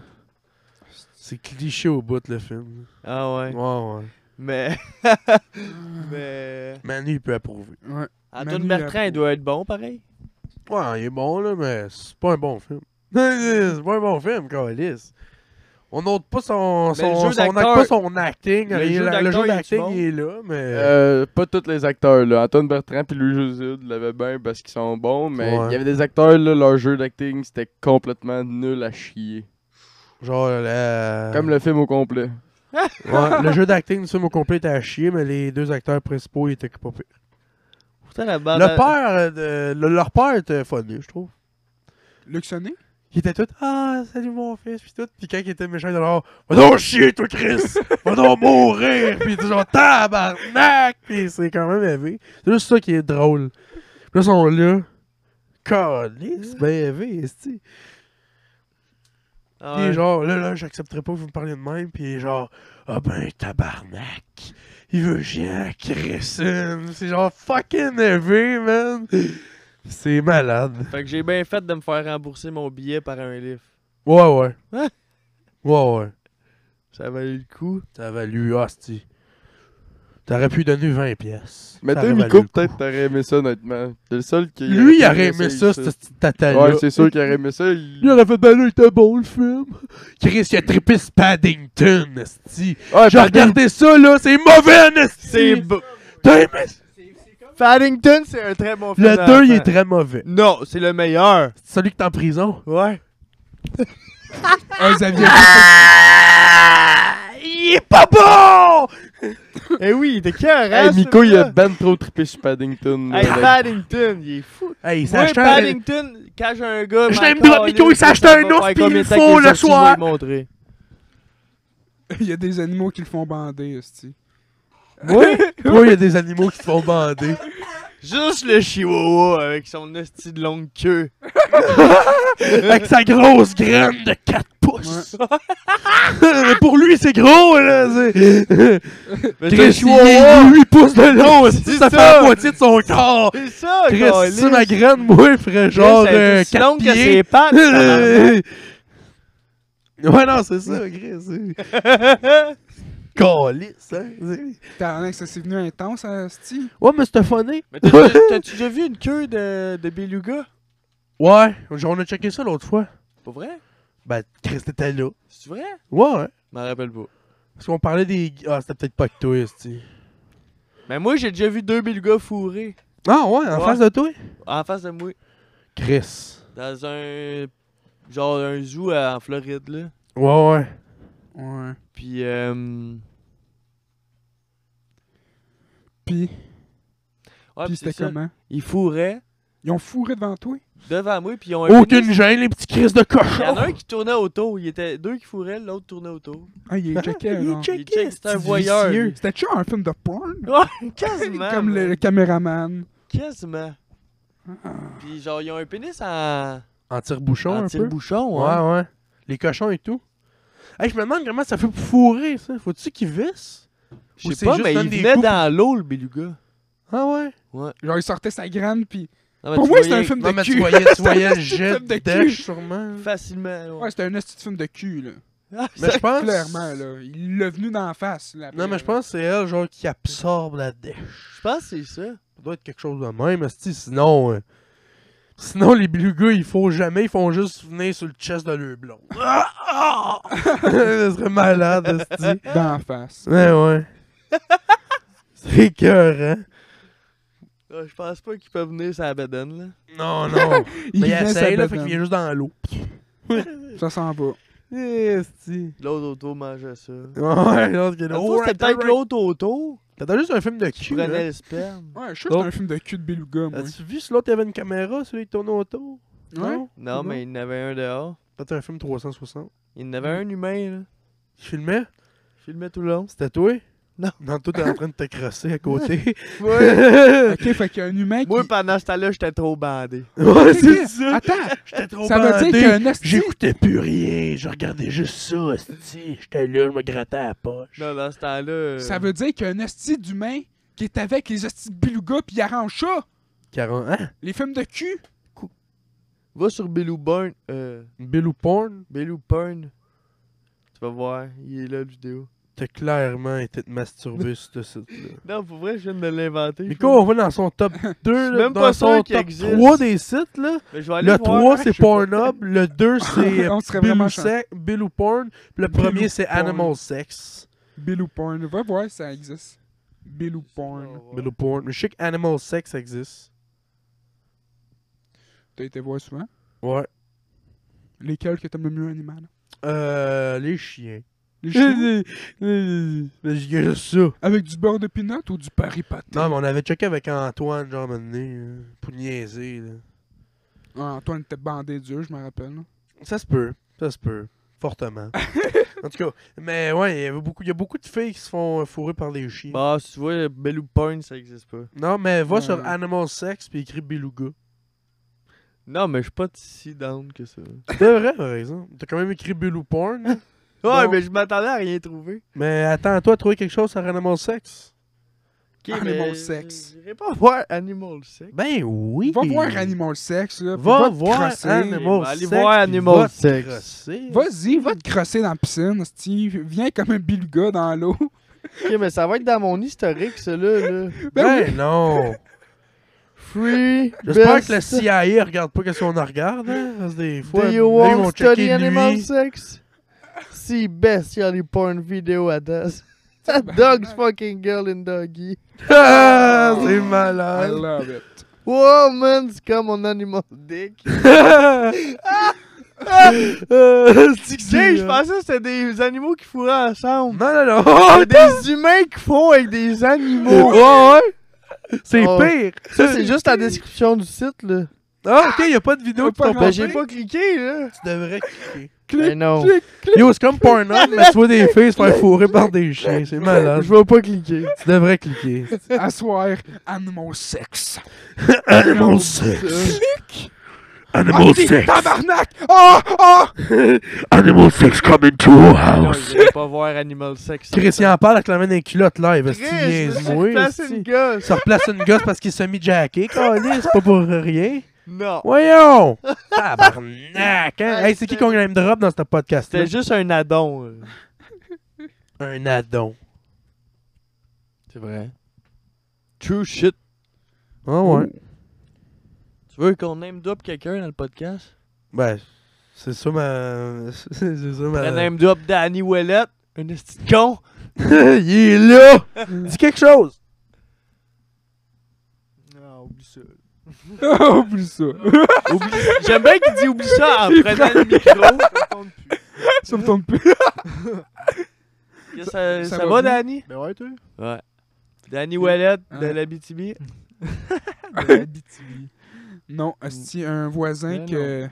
Speaker 2: C'est cliché au bout, le film.
Speaker 3: Ah
Speaker 2: Ouais,
Speaker 3: ouais.
Speaker 2: ouais.
Speaker 3: Mais. mais.
Speaker 2: Manu, il peut approuver.
Speaker 1: Ouais.
Speaker 3: Antoine
Speaker 1: Manu
Speaker 3: Bertrand,
Speaker 1: Lapou.
Speaker 3: il doit être bon, pareil.
Speaker 2: Ouais, il est bon, là, mais c'est pas un bon film. c'est pas un bon film, Carlis. On n'ôte pas son,
Speaker 3: Mais
Speaker 2: son,
Speaker 3: le jeu
Speaker 2: son- on n'ôte
Speaker 3: d'acteur-
Speaker 2: pas son acting.
Speaker 3: le
Speaker 2: il-
Speaker 3: jeu
Speaker 2: le
Speaker 3: d'acteur,
Speaker 2: jeu
Speaker 3: il est-tu
Speaker 2: d'acting,
Speaker 3: bon?
Speaker 2: il est là, mais...
Speaker 4: Euh, pas tous les acteurs, là. Antoine Bertrand puis Louis José l'avaient bien parce qu'ils sont bons. Mais il
Speaker 2: Ouais.
Speaker 4: y avait des acteurs, là, leur jeu d'acting, c'était complètement nul à chier.
Speaker 2: Genre, la-
Speaker 4: Comme le film au complet.
Speaker 2: Ouais, le jeu d'acting du film au complet était à chier, mais les deux acteurs principaux, ils étaient pas pires.
Speaker 3: Pourtant, la bande.
Speaker 2: Le père, euh, de- le- leur père était funny, je trouve.
Speaker 1: Luxonné?
Speaker 2: Ils étaient tous « Ah, salut mon fils », puis tout. Puis quand ils étaient méchants, ils étaient genre « oh, Va donc chier, toi, Chris! Va donc mourir! » Puis ils étaient genre « Tabarnak! » Puis c'est quand même élevé. C'est juste ça qui est drôle. Puis là, ils sont là. Calice, bien élevé, esti.
Speaker 3: Ah
Speaker 2: Puis
Speaker 3: ouais.
Speaker 2: genre, là, là, j'accepterai pas que vous me parliez de même. Puis genre, ah ben, tabarnak. Il veut Jean Cresson. C'est genre fucking élevé, man. C'est malade.
Speaker 3: Fait que j'ai bien fait de me faire rembourser mon billet par un livre.
Speaker 2: Ouais, ouais.
Speaker 3: Hein?
Speaker 2: Ouais, ouais.
Speaker 3: Ça valait le coup.
Speaker 2: Ça a valu, ah, hostie. T'aurais pu donner 20 pièces.
Speaker 4: Mais
Speaker 2: Ça
Speaker 4: toi,
Speaker 2: aurait valu
Speaker 4: Miko,
Speaker 2: le coup.
Speaker 4: peut-être t'aurais aimé ça, honnêtement. T'es le seul qui.
Speaker 2: Lui, il
Speaker 4: qui
Speaker 2: aurait aimé ça, cette petite tata-là.
Speaker 4: Ouais, c'est sûr qu'il aurait aimé ça. il-
Speaker 2: Lui, il aurait fait, ben là, il était bon, le film. Chris, il a trippé ce Paddington, esti.
Speaker 4: Ah,
Speaker 2: J'ai regardé ça, là, c'est mauvais, esti.
Speaker 3: C'est beau.
Speaker 2: T'as aimé
Speaker 3: Paddington, c'est un très bon film.
Speaker 2: Le 2, il est très mauvais.
Speaker 3: Non, c'est le meilleur.
Speaker 2: C'est celui qui est en prison.
Speaker 3: Ouais.
Speaker 1: Ah, Xavier!
Speaker 2: il est pas bon!
Speaker 3: Eh oui, t'es cœur,
Speaker 4: Hey,
Speaker 3: hein?
Speaker 4: Miko, il a ben trop trippé sur Paddington.
Speaker 3: Hey,
Speaker 4: là.
Speaker 3: Paddington, il est fou.
Speaker 2: Hey, il s'est
Speaker 3: Moi,
Speaker 2: acheté un...
Speaker 3: Paddington, quand j'ai un gars.
Speaker 2: Je
Speaker 3: ma
Speaker 2: l'aime drop, Nico, il s'est acheté
Speaker 3: ça
Speaker 2: un
Speaker 3: va
Speaker 2: ours,
Speaker 3: faire
Speaker 2: puis il
Speaker 3: combien
Speaker 2: le
Speaker 3: de temps que
Speaker 2: faut
Speaker 3: les
Speaker 2: le
Speaker 3: orties vont
Speaker 2: soir.
Speaker 3: le montrer?
Speaker 1: Il y a des animaux qui le font bander, esti.
Speaker 2: Oui, il y a des animaux qui se font bander.
Speaker 3: Juste le chihuahua avec son hostie de longue queue.
Speaker 2: Avec sa grosse graine de 4 pouces. Mais pour lui, c'est gros, là. C'est...
Speaker 3: Mais
Speaker 2: Chris,
Speaker 3: c'est-
Speaker 2: il est 8 pouces de long.
Speaker 3: C'est
Speaker 2: Ça, ça fait
Speaker 3: ça.
Speaker 2: la moitié de son corps.
Speaker 3: C'est ça,
Speaker 2: Chris,
Speaker 3: câlisse.
Speaker 2: c'est ma graine, moi, il ferait
Speaker 3: Chris,
Speaker 2: genre
Speaker 3: elle est
Speaker 2: euh,
Speaker 3: aussi
Speaker 2: 4
Speaker 3: longue que
Speaker 2: pieds.
Speaker 3: ses pattes.
Speaker 2: Euh, Ouais, non, c'est ça, Chris. c'est- Calisse, hein. c'est-
Speaker 1: Tabarnak, ça s'est venu intense, hein, esti.
Speaker 2: Ouais, mais c'était funny.
Speaker 3: Mais t'as- t'as-tu déjà vu une queue de, de beluga?
Speaker 2: Ouais, on a checké ça l'autre fois.
Speaker 3: Pas vrai?
Speaker 2: Ben, Chris était là.
Speaker 3: C'est vrai?
Speaker 2: Ouais, hein.
Speaker 3: Je m'en rappelle pas.
Speaker 2: Parce qu'on parlait des. Ah, c'était peut-être pas que toi, esti.
Speaker 3: Mais moi, j'ai déjà vu deux belugas fourrés
Speaker 2: Ah, ouais, en
Speaker 3: Ouais.
Speaker 2: face de toi?
Speaker 3: en face de moi.
Speaker 2: Chris.
Speaker 3: Dans un. Genre un zoo à- en Floride, là.
Speaker 2: Ouais, ouais.
Speaker 1: Ouais.
Speaker 3: Puis, euh.
Speaker 1: Pis,
Speaker 3: Ouais,
Speaker 1: pis
Speaker 3: Ah, puis
Speaker 1: c'était
Speaker 3: c'est ça.
Speaker 1: comment?
Speaker 3: Ils fourraient
Speaker 1: Ils ont fourré devant toi?
Speaker 3: devant moi, puis ils ont un
Speaker 2: Aucune
Speaker 3: pénis.
Speaker 2: gêne, les petits Chris de
Speaker 3: Il y en
Speaker 2: cochon.
Speaker 3: a un qui tournait autour. Il était deux qui fourraient, l'autre tournait autour.
Speaker 1: Ah, il est checké,
Speaker 2: Il est
Speaker 1: genre.
Speaker 2: checké,
Speaker 3: Il check, c'est un
Speaker 2: petit
Speaker 3: voyeur,
Speaker 2: vicieux.
Speaker 3: lui.
Speaker 1: C'était-tu un film de porn?
Speaker 3: Ouais, quasiment.
Speaker 1: Comme Ah. le, le caméraman.
Speaker 3: Quasiment. Puis, genre, ils ont un pénis en.
Speaker 2: En tire-bouchon,
Speaker 3: en
Speaker 2: un peu.
Speaker 3: tire-bouchon,
Speaker 2: Ouais,
Speaker 3: hein.
Speaker 2: ouais. Les cochons et tout. Hey, je me demande comment ça fait pour fourrer, ça. Faut-tu qu'ils vissent? Ou
Speaker 3: Je sais
Speaker 2: c'est
Speaker 3: pas,
Speaker 2: juste
Speaker 3: mais
Speaker 2: un
Speaker 3: il
Speaker 2: des
Speaker 3: venait
Speaker 2: coups-
Speaker 3: dans l'eau, le beluga.
Speaker 2: Ah, ouais.
Speaker 1: Genre, il sortait sa graine, pis.
Speaker 3: Non, mais
Speaker 1: Pour
Speaker 3: tu
Speaker 1: moi, c'était un
Speaker 3: voyais
Speaker 1: film de
Speaker 2: Non, mais tu
Speaker 1: cul.
Speaker 2: voyais, tu voyais le
Speaker 1: C'est
Speaker 2: jet
Speaker 1: un film de
Speaker 2: de
Speaker 1: cul.
Speaker 2: dash, sûrement.
Speaker 3: Facilement. ouais.
Speaker 1: Ouais, c'était un esti de film de cul, là.
Speaker 3: Ah,
Speaker 2: Mais je pense.
Speaker 1: Clairement, là. Il l'a venu d'en face, là.
Speaker 2: Non, mais je pense que c'est elle, genre, qui absorbe la dash.
Speaker 3: Je pense que c'est ça.
Speaker 2: Ça doit être quelque chose de même, esti, sinon. euh, Sinon, les belugas, ils font jamais, ils font juste venir sur le chest de leur blond. Ah! Ah! ça serait malade, esti.
Speaker 1: D'en face.
Speaker 2: Ouais, ouais. C'est écœurant.
Speaker 3: Ah, Je pense pas qu'ils peuvent venir sur la bedaine, là.
Speaker 2: Non, non.
Speaker 1: Il
Speaker 2: Mais il
Speaker 1: venait sa
Speaker 2: essaye, là, fait qu'il
Speaker 1: bedaine.
Speaker 2: vient juste dans l'eau.
Speaker 1: Ça s'en va.
Speaker 2: Esti.
Speaker 3: L'autre auto mangeait ça.
Speaker 2: Ouais, l'autre qui est là.
Speaker 3: L'autre,
Speaker 2: Alright,
Speaker 3: c'était peut-être
Speaker 2: alright.
Speaker 3: l'autre auto
Speaker 2: T'as juste un film de
Speaker 3: qui
Speaker 2: cul,
Speaker 3: prenait
Speaker 2: hein?
Speaker 3: le sperme.
Speaker 1: Ouais, je suis sûr que
Speaker 2: Oh.
Speaker 1: c'est un film de cul de Beluga, moi.
Speaker 2: As-tu vu si l'autre, il y avait une caméra, celui qui tournait autour?
Speaker 1: Ouais?
Speaker 3: Non, mais il y en avait un dehors.
Speaker 2: T'as un film 360.
Speaker 3: Il y en avait un humain, là.
Speaker 2: Tu filmais?
Speaker 3: Mm. Je filmais tout le long.
Speaker 2: C'était toi?
Speaker 3: Non.
Speaker 2: Non, toi, t'es en train de te crosser à côté.
Speaker 1: Ok, fait qu'il y a un humain qui.
Speaker 3: Moi, pendant ce temps-là, j'étais trop bandé.
Speaker 2: ouais,
Speaker 1: Ok,
Speaker 2: c'est ça.
Speaker 1: Attends,
Speaker 2: J'étais trop
Speaker 1: ça veut dire
Speaker 2: bandé.
Speaker 1: qu'il y a un esti.
Speaker 2: J'écoutais plus rien. Je regardais juste ça, esti. J'étais là, je me grattais à la poche.
Speaker 3: Non, dans ce temps-là. euh,
Speaker 1: Ça veut dire qu'il y a un esti d'humain qui est avec les esti de Beluga pis il arrange ça.
Speaker 2: Caron, hein?
Speaker 1: Les films de cul.
Speaker 3: Va sur Bilou Burn. Euh,
Speaker 2: Bill ou Porn,
Speaker 3: Bilou Burn. Tu vas voir, il est là, la vidéo.
Speaker 2: t'as clairement été te masturber sur ce site-là.
Speaker 3: Non, pour vrai, je viens de l'inventer.
Speaker 2: Nico, on va dans son top 2, là,
Speaker 3: même
Speaker 2: dans
Speaker 3: pas
Speaker 2: son
Speaker 3: sûr qu'il
Speaker 2: top
Speaker 3: existe.
Speaker 2: 3 des sites, là.
Speaker 3: Mais je vais aller
Speaker 2: Le
Speaker 3: voir.
Speaker 2: 3,
Speaker 1: hein, je
Speaker 2: c'est
Speaker 1: sais pas.
Speaker 2: Pornhub. Le 2, c'est
Speaker 1: On serait
Speaker 2: Bill
Speaker 1: vraiment
Speaker 2: ou
Speaker 1: chanceux.
Speaker 2: Sex- Bill ou Porn. Puis le
Speaker 1: Bill ou
Speaker 2: premier, c'est
Speaker 1: Porn.
Speaker 2: Animal Sex.
Speaker 1: Bilou Porn. Va voir si ça existe. Bilou Porn.
Speaker 2: Bill ou Porn. Mais je sais que Animal Sex existe.
Speaker 1: T'as été voir souvent?
Speaker 2: Ouais.
Speaker 1: Lesquels que t'aimes le mieux animal?
Speaker 2: Euh, les chiens.
Speaker 1: Les chevaux?
Speaker 2: Mais j'ai juste ça.
Speaker 1: Avec du beurre de pinot ou du Paris pâté?
Speaker 2: Non, mais on avait checké avec Antoine, genre, un moment donné, là, pour niaiser, là.
Speaker 1: Ah, Antoine était bandé dur, je me rappelle. là.
Speaker 2: Ça se peut, ça se peut, fortement. en tout cas, mais ouais, il y, avait beaucoup, il y a beaucoup de filles qui se font fourrer par les chiens.
Speaker 3: Bah, si tu vois, Belou Porn, ça existe pas.
Speaker 2: Non, mais va sur
Speaker 1: Ouais.
Speaker 2: Animal Sex puis écris Beluga.
Speaker 3: Non, mais je suis pas si down que ça. Ouais,
Speaker 2: C'est vrai, par exemple. T'as quand même écrit Belou Porn. Bon.
Speaker 3: mais je m'attendais à rien trouver.
Speaker 2: mais attends-toi à trouver quelque chose sur Animal Sex.
Speaker 3: Ok,
Speaker 1: Animal
Speaker 3: mais
Speaker 1: Sex.
Speaker 3: J'irai pas voir Animal Sex.
Speaker 2: Ben oui.
Speaker 1: Va voir Animal Sex, là. puis
Speaker 2: Va,
Speaker 1: te
Speaker 2: voir
Speaker 1: crosser.
Speaker 2: Animal
Speaker 3: Allez
Speaker 2: Sex.
Speaker 3: voir
Speaker 2: puis
Speaker 3: Animal
Speaker 2: va te
Speaker 3: Sex.
Speaker 2: crosser.
Speaker 1: Vas-y, va te crosser dans la piscine, Steve. Viens comme un beluga dans l'eau.
Speaker 3: Ok, mais ça va être dans mon historique, ça là. là.
Speaker 1: Ben
Speaker 2: Ben non.
Speaker 3: Free.
Speaker 2: J'espère
Speaker 3: best
Speaker 2: que le CIA regarde pas qu'est-ce qu'on en regarde, hein, parce que des fois,
Speaker 3: Do
Speaker 2: ils
Speaker 3: you want
Speaker 2: vont
Speaker 3: to study
Speaker 2: checker de
Speaker 3: animal
Speaker 2: nuit.
Speaker 3: sex? See best yelly porn video at us. That
Speaker 1: Tabarnak.
Speaker 3: dog's fucking girl in doggy.
Speaker 2: Ah, c'est
Speaker 1: I
Speaker 2: malade.
Speaker 1: love it.
Speaker 3: Woman's come on animal dick. Jay, je pensais que c'était des animaux qui fourraient ensemble.
Speaker 2: Non, non, Oh, non.
Speaker 3: C'est des humains qui font avec des animaux.
Speaker 2: Ouais, ouais. C'est
Speaker 3: Oh.
Speaker 2: pire.
Speaker 3: Ça, c'est juste la description du site, là.
Speaker 2: Ah, ok, y a pas de vidéo
Speaker 1: Ah,
Speaker 2: qui
Speaker 1: pas
Speaker 2: t'ont
Speaker 1: grave.
Speaker 3: Ben,
Speaker 2: pas
Speaker 3: j'ai pas cliqué, là.
Speaker 2: Tu devrais cliquer.
Speaker 3: Ben, non.
Speaker 1: clic.
Speaker 2: Yo, c'est comme Pornhub, mais tu vois des filles se faire fourrer par des chiens. C'est malade.
Speaker 3: Je vais pas cliquer.
Speaker 2: Tu devrais cliquer.
Speaker 1: À soir, Animal Sex.
Speaker 2: Animal sex.
Speaker 1: Clic!
Speaker 2: Animal
Speaker 1: c'est
Speaker 2: sex.
Speaker 1: Tabarnak! Ah! Ah!
Speaker 2: Animal sex coming to our
Speaker 3: vais pas voir animal sex.
Speaker 2: Christian parle avec la main d'un culotte live.
Speaker 3: Chris,
Speaker 2: Est-ce
Speaker 3: je me suis placé une
Speaker 2: qu'il
Speaker 3: gosse.
Speaker 2: Ça replace une gosse parce qu'il s'est mis jacké. Calais, c'est pas pour rien.
Speaker 3: Non.
Speaker 2: Voyons! Tabarnak! Hein? Hey, c'est qui qu'on aime drop dans ce podcast
Speaker 3: C'était juste un addon. euh.
Speaker 2: Un addon.
Speaker 3: C'est vrai. True shit.
Speaker 2: Ah ouais.
Speaker 3: Tu veux qu'on name drop quelqu'un dans le podcast?
Speaker 2: Ben, c'est ça ma. C'est ça
Speaker 1: Euh.
Speaker 3: On
Speaker 2: ma.
Speaker 3: name drop Danny Ouellette. Un esti de con.
Speaker 2: Il est là! Dis quelque chose!
Speaker 3: Non, oublie ça.
Speaker 1: Ah, Oublie ça.
Speaker 3: Oublie... J'aime bien qu'il dit oublie ça en prenant le micro. Ça tombe plus.
Speaker 1: Ça me tombe plus.
Speaker 3: Que Ça,
Speaker 1: ça
Speaker 3: ça
Speaker 1: va
Speaker 3: va,
Speaker 1: bien?
Speaker 3: Danny?
Speaker 2: Ben ouais, toi?
Speaker 3: Ouais. Danny Ouellette de
Speaker 1: Ah.
Speaker 3: la BTB. Ah,
Speaker 1: Non, c'est un voisin
Speaker 3: Ben
Speaker 1: que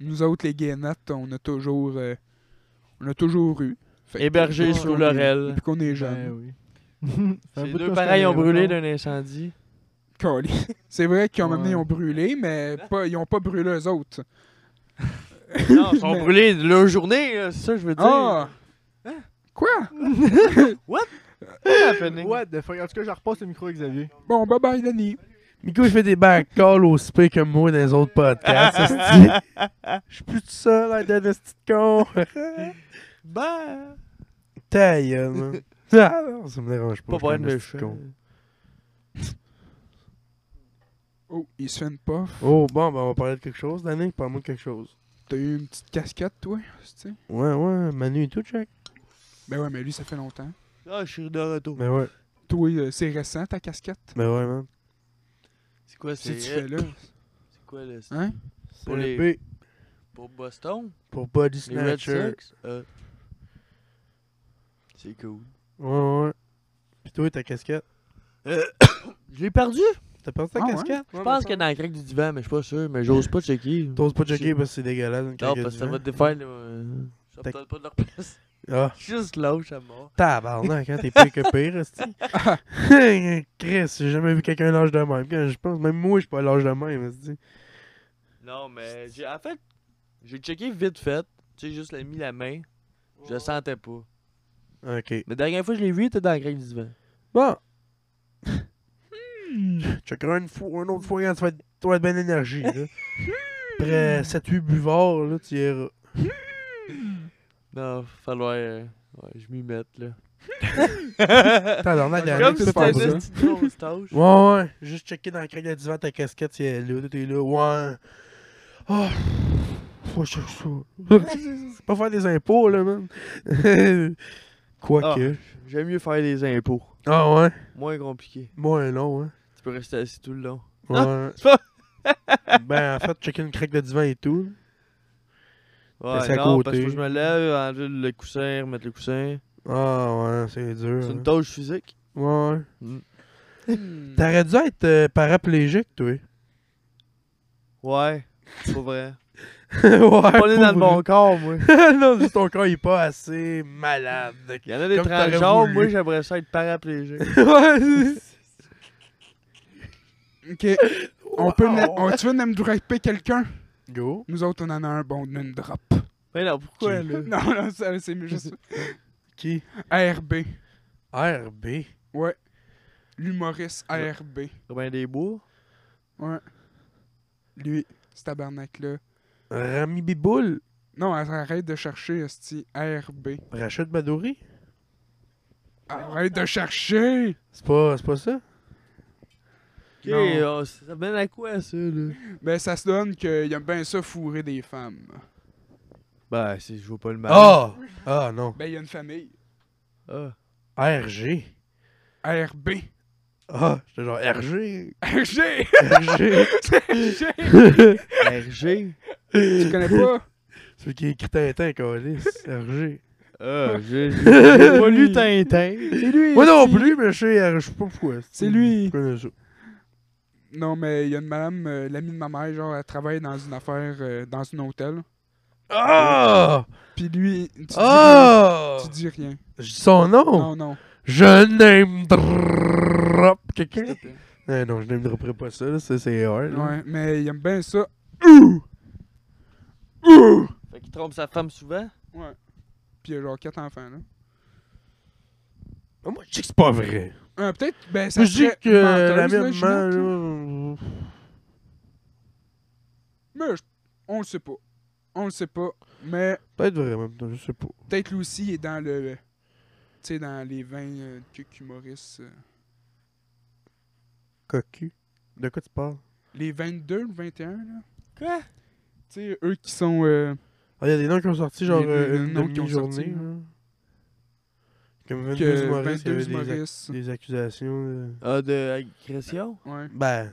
Speaker 1: nous autres, les Guénettes, on a toujours, euh, on a toujours eu. Fait que-
Speaker 3: Hébergé
Speaker 1: depuis
Speaker 3: sur
Speaker 1: qu'on
Speaker 3: l'Orel.
Speaker 1: est- Depuis qu'on est jeune.
Speaker 3: Ben oui. Ces deux pareils ont brûlé d'un incendie.
Speaker 1: Calé. C'est vrai qu'ils ont
Speaker 3: Ouais. Ben.
Speaker 1: amené, ils ont brûlé, mais pas, ils ont pas brûlé eux autres.
Speaker 3: Non, ils sont
Speaker 1: Mais-
Speaker 3: brûlés de leur journée, là, c'est ça que je veux dire. Hein?
Speaker 1: Ah! Quoi?
Speaker 5: What the fuck? En tout cas, je repasse le micro à Xavier.
Speaker 1: Bon, bye bye, Danny.
Speaker 2: Miko, il fait des back calls aussi pire que moi dans les autres podcasts. esti. Je suis plus tout seul à être un esti de con.
Speaker 3: Bah!
Speaker 2: Ta gueule, man. Ah non, ça me dérange
Speaker 3: Pas
Speaker 2: pas. je suis
Speaker 3: pour être
Speaker 2: un esti
Speaker 3: méchant.
Speaker 2: de con.
Speaker 1: Oh, il se fait une puff.
Speaker 2: Oh, bon, ben, on va parler de quelque chose, Danny. Parle-moi de quelque chose.
Speaker 1: T'as eu une petite casquette, toi? tu sais?
Speaker 2: Ouais, ouais, Manu et tout, check.
Speaker 1: Ben ouais, mais lui, ça fait longtemps.
Speaker 3: Ah, je suis de retour.
Speaker 2: Ben ouais,
Speaker 1: Toi, euh, c'est récent, ta casquette?
Speaker 2: ben ouais, man.
Speaker 3: C'est quoi,
Speaker 1: Qu'est-ce
Speaker 3: c'est.
Speaker 1: que tu fais là?
Speaker 3: C'est quoi, là? c'est-
Speaker 1: Hein?
Speaker 2: C'est
Speaker 3: Pour les-
Speaker 2: l'épée
Speaker 3: Pour Boston?
Speaker 2: pour Body
Speaker 3: Les Red
Speaker 2: Snatcher.
Speaker 3: Sox? euh. C'est cool.
Speaker 2: Ouais, ouais. Pis toi, ta casquette.
Speaker 3: Euh, Je l'ai perdu?
Speaker 2: T'as perdu ta
Speaker 1: Ah ouais?
Speaker 2: casquette?
Speaker 3: Je pense qu'elle est dans la craque du divan, mais je suis pas sûr, mais j'ose pas checker. Non,
Speaker 2: T'oses pas checker parce que c'est dégueulasse. une
Speaker 3: parce
Speaker 2: casquette
Speaker 3: que
Speaker 2: du
Speaker 3: ça
Speaker 2: vent.
Speaker 3: va te défaire. là, euh, Ça
Speaker 2: T'as-
Speaker 3: me tente pas de leur place.
Speaker 2: Ah,
Speaker 3: Juste lâche à mort.
Speaker 2: tabarnak, hein, t'es pire que pire, esti. Chris, j'ai jamais vu quelqu'un lâche de même. Quand Je pense, même moi, je suis pas lâche de même, esti.
Speaker 3: Non, mais j'ai en fait, j'ai checké vite fait. Tu sais, juste l'ai mis la main. Je le sentais pas.
Speaker 2: Ok.
Speaker 3: Mais la dernière fois que je l'ai vu, il était dans la craque du divan.
Speaker 2: Bon.
Speaker 1: Hmm.
Speaker 2: Checkeras une fois, une autre fois quand tu vas être, tu vas être bien énergie, là. Après 7-8 buvards, là, tu iras.
Speaker 3: Non, falloir. euh, ouais, je m'y mette, là.
Speaker 2: Tabarnak,
Speaker 1: Comme
Speaker 2: Danny, tu
Speaker 1: si
Speaker 2: fais pas
Speaker 1: t'étais
Speaker 2: ça.
Speaker 1: juste-
Speaker 3: Ouais.
Speaker 2: Ouais, ouais. Juste checker dans le crack de divan ta casquette, si elle est là, tout est là. Ouais. Ah. Faut que je cherche ça. C'est pas faire des impôts, là, man.
Speaker 3: Ah,
Speaker 2: Quoique.
Speaker 3: J'aime mieux faire les impôts.
Speaker 2: Ah. ouais.
Speaker 3: Moins compliqué.
Speaker 2: Moins long, hein.
Speaker 3: Tu peux rester assis tout le long.
Speaker 2: Ouais.
Speaker 3: Ah, c'est
Speaker 2: ben, en fait, checker une craque de divan et tout.
Speaker 3: Ouais,
Speaker 2: Laissez à
Speaker 3: non, parce
Speaker 2: côté.
Speaker 3: que faut que je me lève, enlever le coussin, remettre le coussin.
Speaker 2: Ah ouais, c'est dur.
Speaker 3: C'est une Mm.
Speaker 2: hein.
Speaker 3: tâche physique.
Speaker 2: Ouais.
Speaker 1: Hmm.
Speaker 2: T'aurais dû être euh, paraplégique, toi.
Speaker 3: Ouais, pour vrai.
Speaker 2: ouais.
Speaker 3: Pas né dans
Speaker 2: pour
Speaker 3: le bon corps, moi.
Speaker 2: vrai. non, juste ton corps il est pas assez malade.
Speaker 3: Il y en a des
Speaker 2: Comme t'aurais
Speaker 3: transgenres,
Speaker 2: voulu.
Speaker 3: moi j'aimerais ça être paraplégique.
Speaker 2: ouais.
Speaker 1: Ok. On peut. na- on- tu veux namdraper quelqu'un
Speaker 2: Go.
Speaker 1: Nous autres, on en a un bon name drop.
Speaker 3: Mais non, pourquoi là?
Speaker 1: non, non, ça, c'est juste.
Speaker 2: Qui
Speaker 1: ARB.
Speaker 2: RB.
Speaker 1: Ouais. L'humoriste ARB.
Speaker 3: Robin des bois?
Speaker 1: Ouais. Lui, ce tabarnak-là.
Speaker 2: Rami Biboul.
Speaker 1: Non, arrête de chercher, Esti. ARB.
Speaker 2: Rachid Badouri.
Speaker 1: Arrête de chercher!
Speaker 2: C'est pas, c'est pas ça
Speaker 3: Ok,
Speaker 1: Non.
Speaker 3: euh, ça mène à quoi ça là?
Speaker 1: Ben, ça se donne qu'il aime bien ça fourrer des femmes.
Speaker 3: Ben, c'est je vois pas le mal.
Speaker 2: Ah Ah non.
Speaker 1: Ben, il y a une famille.
Speaker 3: Ah.
Speaker 2: RG.
Speaker 1: ARB.
Speaker 2: Ah, j'étais genre RG.
Speaker 1: RG!
Speaker 2: RG.
Speaker 1: RG!
Speaker 3: RG?
Speaker 1: Tu connais pas?
Speaker 2: Celui qui a écrit Tintin, Calis. RG.
Speaker 3: Ah, j'ai j'ai pas lu Tintin. C'est lui!
Speaker 2: Moi non plus, mais je sais, je sais pas pourquoi.
Speaker 1: C'est lui.
Speaker 2: Je connais ça.
Speaker 1: Non, mais il y a une madame, euh, l'amie de ma mère, genre, elle travaille dans une affaire, euh, dans un hôtel.
Speaker 2: Ah
Speaker 1: Puis lui, tu dis,
Speaker 2: Ah Oh!
Speaker 1: rien. tu dis rien.
Speaker 2: Je dis son nom.
Speaker 1: Non, non.
Speaker 2: Je name drop quelqu'un. Eh non, je name dropperai pas ça, là. ça, c'est hard. là.
Speaker 1: Ouais, mais il aime bien ça.
Speaker 3: Fait qu'il trompe sa femme souvent?
Speaker 1: Ouais. Puis il a genre quatre enfants, là.
Speaker 2: Ah, Moi, je dis que c'est pas vrai.
Speaker 1: Euh, Peut-être, ben, ça
Speaker 2: Je dis
Speaker 1: serait
Speaker 2: que
Speaker 1: menteuse,
Speaker 2: euh, la
Speaker 1: là,
Speaker 2: mienne
Speaker 1: Ginette,
Speaker 2: main,
Speaker 1: là.
Speaker 2: là,
Speaker 1: Mais je- on le sait pas. On le sait pas. Mais
Speaker 2: peut-être vraiment, je sais pas.
Speaker 1: peut-être lui aussi il est dans le. Tu sais, dans les vins euh, que qu'humoristes, euh,
Speaker 2: Cocu. De quoi tu parles
Speaker 1: les 22, le 21, là.
Speaker 3: Quoi?
Speaker 1: Tu sais, eux qui sont. euh,
Speaker 2: Ah, il y a des noms qui ont sorti genre
Speaker 1: Il y a des-
Speaker 2: euh,
Speaker 1: des
Speaker 2: une
Speaker 1: noms qui ont
Speaker 2: demi-journée.
Speaker 1: sorti,
Speaker 2: là. Comme 22
Speaker 1: que
Speaker 2: humoristes, il
Speaker 1: 22
Speaker 2: y avait des, ac-
Speaker 1: humoristes.
Speaker 2: des accusations. de-
Speaker 3: Ah, de agression?
Speaker 1: Ouais,
Speaker 2: Ben,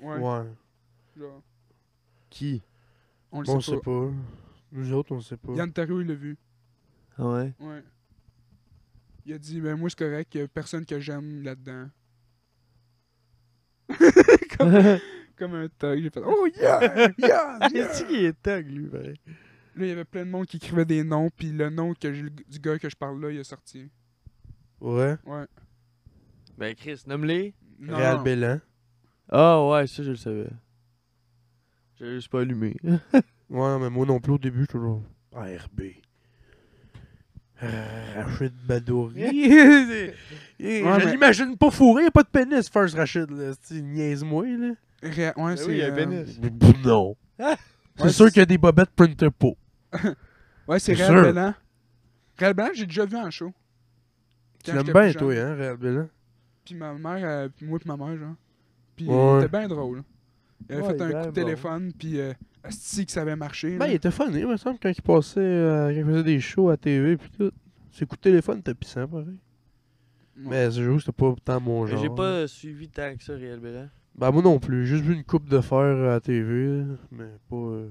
Speaker 1: ouais.
Speaker 2: ouais.
Speaker 1: genre,
Speaker 3: Qui?
Speaker 1: on le
Speaker 2: On
Speaker 1: sait
Speaker 2: sait
Speaker 1: pas.
Speaker 2: pas. Nous autres, on sait pas.
Speaker 1: Yann Tarot, il l'a vu.
Speaker 3: Ah ouais.
Speaker 1: Ouais. Il a dit, ben moi, c'est correct, y a personne que j'aime là-dedans. Comme un tag, j'ai fait, oh yeah! Yeah! yeah!
Speaker 3: Est-ce qu'il est tag lui, pareil?
Speaker 1: Là, il y avait plein de monde qui écrivait des noms, puis le nom que j'ai- du gars que je parle là, il est sorti.
Speaker 2: Ouais.
Speaker 1: Ouais.
Speaker 3: Ben Chris, nomme-les.
Speaker 1: Non,
Speaker 2: Réal
Speaker 1: non.
Speaker 2: Bellan.
Speaker 3: Ah ouais, ça je le savais. J'ai juste pas allumé.
Speaker 2: Ouais, mais moi non plus au début, j'étais toujours. ARB. Rachid Badouri. C'est- Eh,
Speaker 1: Ouais,
Speaker 2: je
Speaker 1: mais-
Speaker 2: l'imagine pas fourré, y a pas de pénis, first Rachid. là. C'est- Niaise-moi, là. Ah!
Speaker 1: Ré-
Speaker 2: Ben
Speaker 1: ouais, c'est. euh,
Speaker 2: Non.
Speaker 1: Ouais,
Speaker 2: C'est sûr qu'il y a des bobettes print pas.
Speaker 1: Ouais, c'est
Speaker 2: C'est
Speaker 1: Réal
Speaker 2: sûr.
Speaker 1: Bellan. Réal Bellan, j'ai déjà vu en show.
Speaker 2: Tu
Speaker 1: Quand
Speaker 2: l'aimes
Speaker 1: j'étais
Speaker 2: bien,
Speaker 1: plus
Speaker 2: toi,
Speaker 1: jeune.
Speaker 2: hein, Réal Bellan?
Speaker 1: Puis ma mère, euh, puis moi, puis ma mère, genre. Puis
Speaker 2: Ouais.
Speaker 1: il était bien drôle. Il avait
Speaker 3: Ouais,
Speaker 1: fait un
Speaker 3: il
Speaker 1: coup de
Speaker 3: est bon.
Speaker 1: téléphone, puis euh, asti que ça avait marché.
Speaker 2: Ben,
Speaker 1: là.
Speaker 2: il était funny, il me semble, quand il passait, euh, quand il faisait des shows à TV pis tout. Ses coups de téléphone t'es pissant, pareil. Mais ce jour, c'était pas tant mon genre.
Speaker 3: Ben, J'ai pas suivi tant que ça, Réal Bellan.
Speaker 2: Ben, moi non plus. J'ai juste vu une coupe de fer à TV, là, mais pas. euh,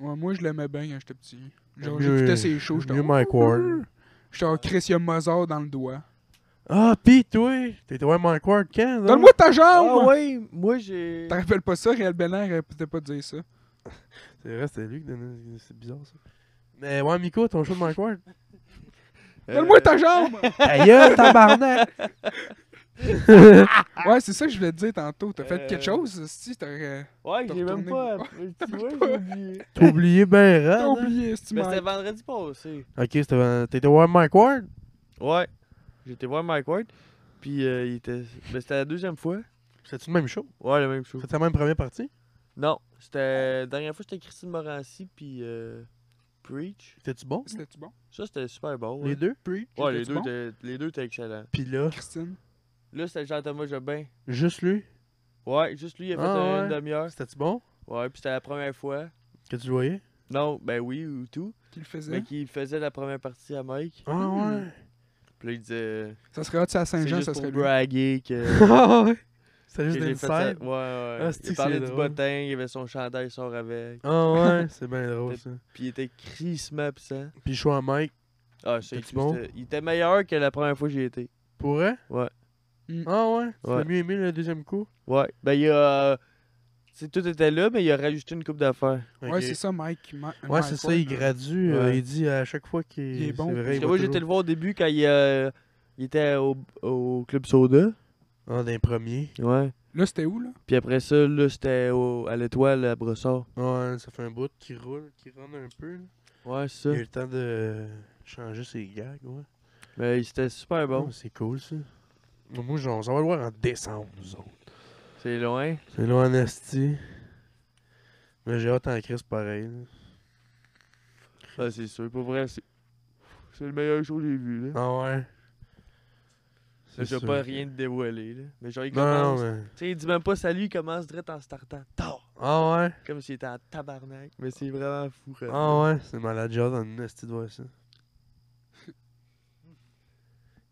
Speaker 1: Ouais, moi, je l'aimais bien quand j'étais petit. Genre,
Speaker 2: Mieux-
Speaker 1: j'écoutais ses shows, j'étais
Speaker 2: Mieux
Speaker 1: genre,
Speaker 2: Mike Ward.
Speaker 1: j'étais genre, Chris, il y a Mozart dans le doigt.
Speaker 2: Ah, pis toi! T'étais ouais Mike Ward quand? non?
Speaker 1: Donne-moi ta jambe!
Speaker 3: Ah ouais, moi j'ai. euh,
Speaker 1: T'en rappelles pas ça, Réal Bellan, il aurait peut-être pas dire
Speaker 2: Euh.
Speaker 1: ça.
Speaker 2: C'est vrai, c'était lui qui donnait. C'est bizarre ça. Mais ouais, Miko, ton show de Mike Ward.
Speaker 1: Donne-moi ta jambe!
Speaker 2: Ta gueule, tabarnak! Ah.
Speaker 1: ouais, c'est ça que je voulais te dire tantôt. T'as fait
Speaker 3: Euh.
Speaker 1: quelque chose, si t'aurais.
Speaker 3: Ouais,
Speaker 1: T'as
Speaker 3: j'ai même pas. Tu vois, j'ai oublié. Ben,
Speaker 2: T'as oublié ben
Speaker 3: Ah,
Speaker 1: T'as
Speaker 2: rare.
Speaker 1: oublié, si tu
Speaker 3: Mais c'était
Speaker 1: m'as.
Speaker 3: vendredi passé.
Speaker 2: Ok, c'était- t'étais ouais Mike Ward?
Speaker 3: Ouais. J'étais voir Mike Ward. Puis euh, il était. Ben c'était la deuxième fois.
Speaker 2: C'était-tu le même show?
Speaker 3: Ouais, la même chose.
Speaker 2: C'était la même première partie?
Speaker 3: Non, c'était. La dernière fois, c'était Christine Morancy, puis euh, Preach.
Speaker 2: C'était-tu bon?
Speaker 1: C'était-tu bon,
Speaker 3: Ça, c'était super bon. ouais.
Speaker 2: Les deux? Puis,
Speaker 3: Ouais, les
Speaker 1: C'était-tu
Speaker 3: deux,
Speaker 1: bon?
Speaker 3: étaient- les deux étaient excellents.
Speaker 2: puis là,
Speaker 1: Christine?
Speaker 3: Là, c'était Jean-Thomas Jobin.
Speaker 2: juste lui?
Speaker 3: Ouais, juste lui, il a fait
Speaker 2: Ah,
Speaker 3: euh, une
Speaker 2: ouais.
Speaker 3: demi-heure.
Speaker 2: C'était-tu bon?
Speaker 3: Ouais, puis c'était la première fois.
Speaker 2: Que tu le voyais?
Speaker 3: Non, ben oui, ou tout.
Speaker 1: Qui le faisait?
Speaker 3: Mais qu'il faisait la première partie à Mike.
Speaker 2: Ah ouais.
Speaker 3: Puis là, il disait. euh,
Speaker 1: Ça serait hot, c'est à
Speaker 3: C'est
Speaker 1: Saint-Jean,
Speaker 3: juste
Speaker 1: ça
Speaker 3: pour
Speaker 1: serait lui.
Speaker 3: braguer que.
Speaker 2: Ah ouais. C'est juste
Speaker 3: que j'ai
Speaker 2: des
Speaker 3: fait ça.
Speaker 2: side.
Speaker 3: Ouais, ouais.
Speaker 2: Ah, c'est-tu
Speaker 3: il
Speaker 2: que
Speaker 3: parlait
Speaker 2: c'est
Speaker 3: du
Speaker 2: drôle.
Speaker 3: bottin, il avait son chandail, il sort avec.
Speaker 2: Ah ouais, c'est bien drôle ça.
Speaker 3: Puis il était crissement ça.
Speaker 2: Puis je suis en mic.
Speaker 3: Ah, je sais
Speaker 2: T'es-tu
Speaker 3: que
Speaker 2: bon?
Speaker 3: c'était- Il était meilleur que la première fois que j'y étais.
Speaker 2: Pourrais?
Speaker 3: Ouais.
Speaker 1: Mm.
Speaker 2: Ah ouais? Tu l'as
Speaker 3: Ouais.
Speaker 2: mieux aimé le deuxième coup?
Speaker 3: Ouais. Ben, il a. C'est tout était là, mais il a rajouté une coupe d'affaires.
Speaker 1: Ouais,
Speaker 2: Ok.
Speaker 1: c'est ça, Mike. Ma-
Speaker 2: Ouais,
Speaker 1: Mike
Speaker 2: c'est ça,
Speaker 1: Ward,
Speaker 2: il
Speaker 1: là.
Speaker 2: gradue. euh,
Speaker 3: Ouais.
Speaker 2: il dit à chaque fois qu'il
Speaker 1: Il est bon.
Speaker 2: c'est vrai,
Speaker 1: Parce
Speaker 2: Ben, il
Speaker 3: Parce que
Speaker 2: va
Speaker 3: moi, j'étais
Speaker 2: toujours-
Speaker 3: le voir au début quand il, euh, il était au, au Club Soda.
Speaker 2: Ah, d'un premier.
Speaker 3: Ouais.
Speaker 1: Là, c'était où, là?
Speaker 3: Puis après ça, là, c'était au- à l'étoile à Brossard.
Speaker 2: Ouais, ça fait un bout qui roule, qui rentre un peu. là.
Speaker 3: Ouais,
Speaker 2: Il
Speaker 3: c'est
Speaker 2: a
Speaker 3: ça.
Speaker 2: eu le temps de changer ses gags, ouais.
Speaker 3: Mais c'était super bon.
Speaker 2: Oh, c'est cool ça. Mais Moi, j'en- on s'en va le voir en décembre, nous autres.
Speaker 3: C'est loin.
Speaker 2: C'est loin en esti. Mais j'ai hâte en crise pareil. là.
Speaker 3: Ah, c'est sûr. Pour vrai, c'est. C'est le meilleur show que j'ai vu, là.
Speaker 2: Ah ouais.
Speaker 3: Là, Je vais
Speaker 2: sûr.
Speaker 3: pas rien te dévoiler, là. Mais genre, il
Speaker 2: Non,
Speaker 3: commence.
Speaker 2: non, mais.
Speaker 3: Tu sais, il dit même pas salut, il commence direct en startant. Tard!
Speaker 2: Ah ouais.
Speaker 3: Comme s'il était en tabarnak. Mais c'est vraiment fou, raide, là.
Speaker 2: Ah ouais. C'est malade, j'ai hâte en esti de voir ça.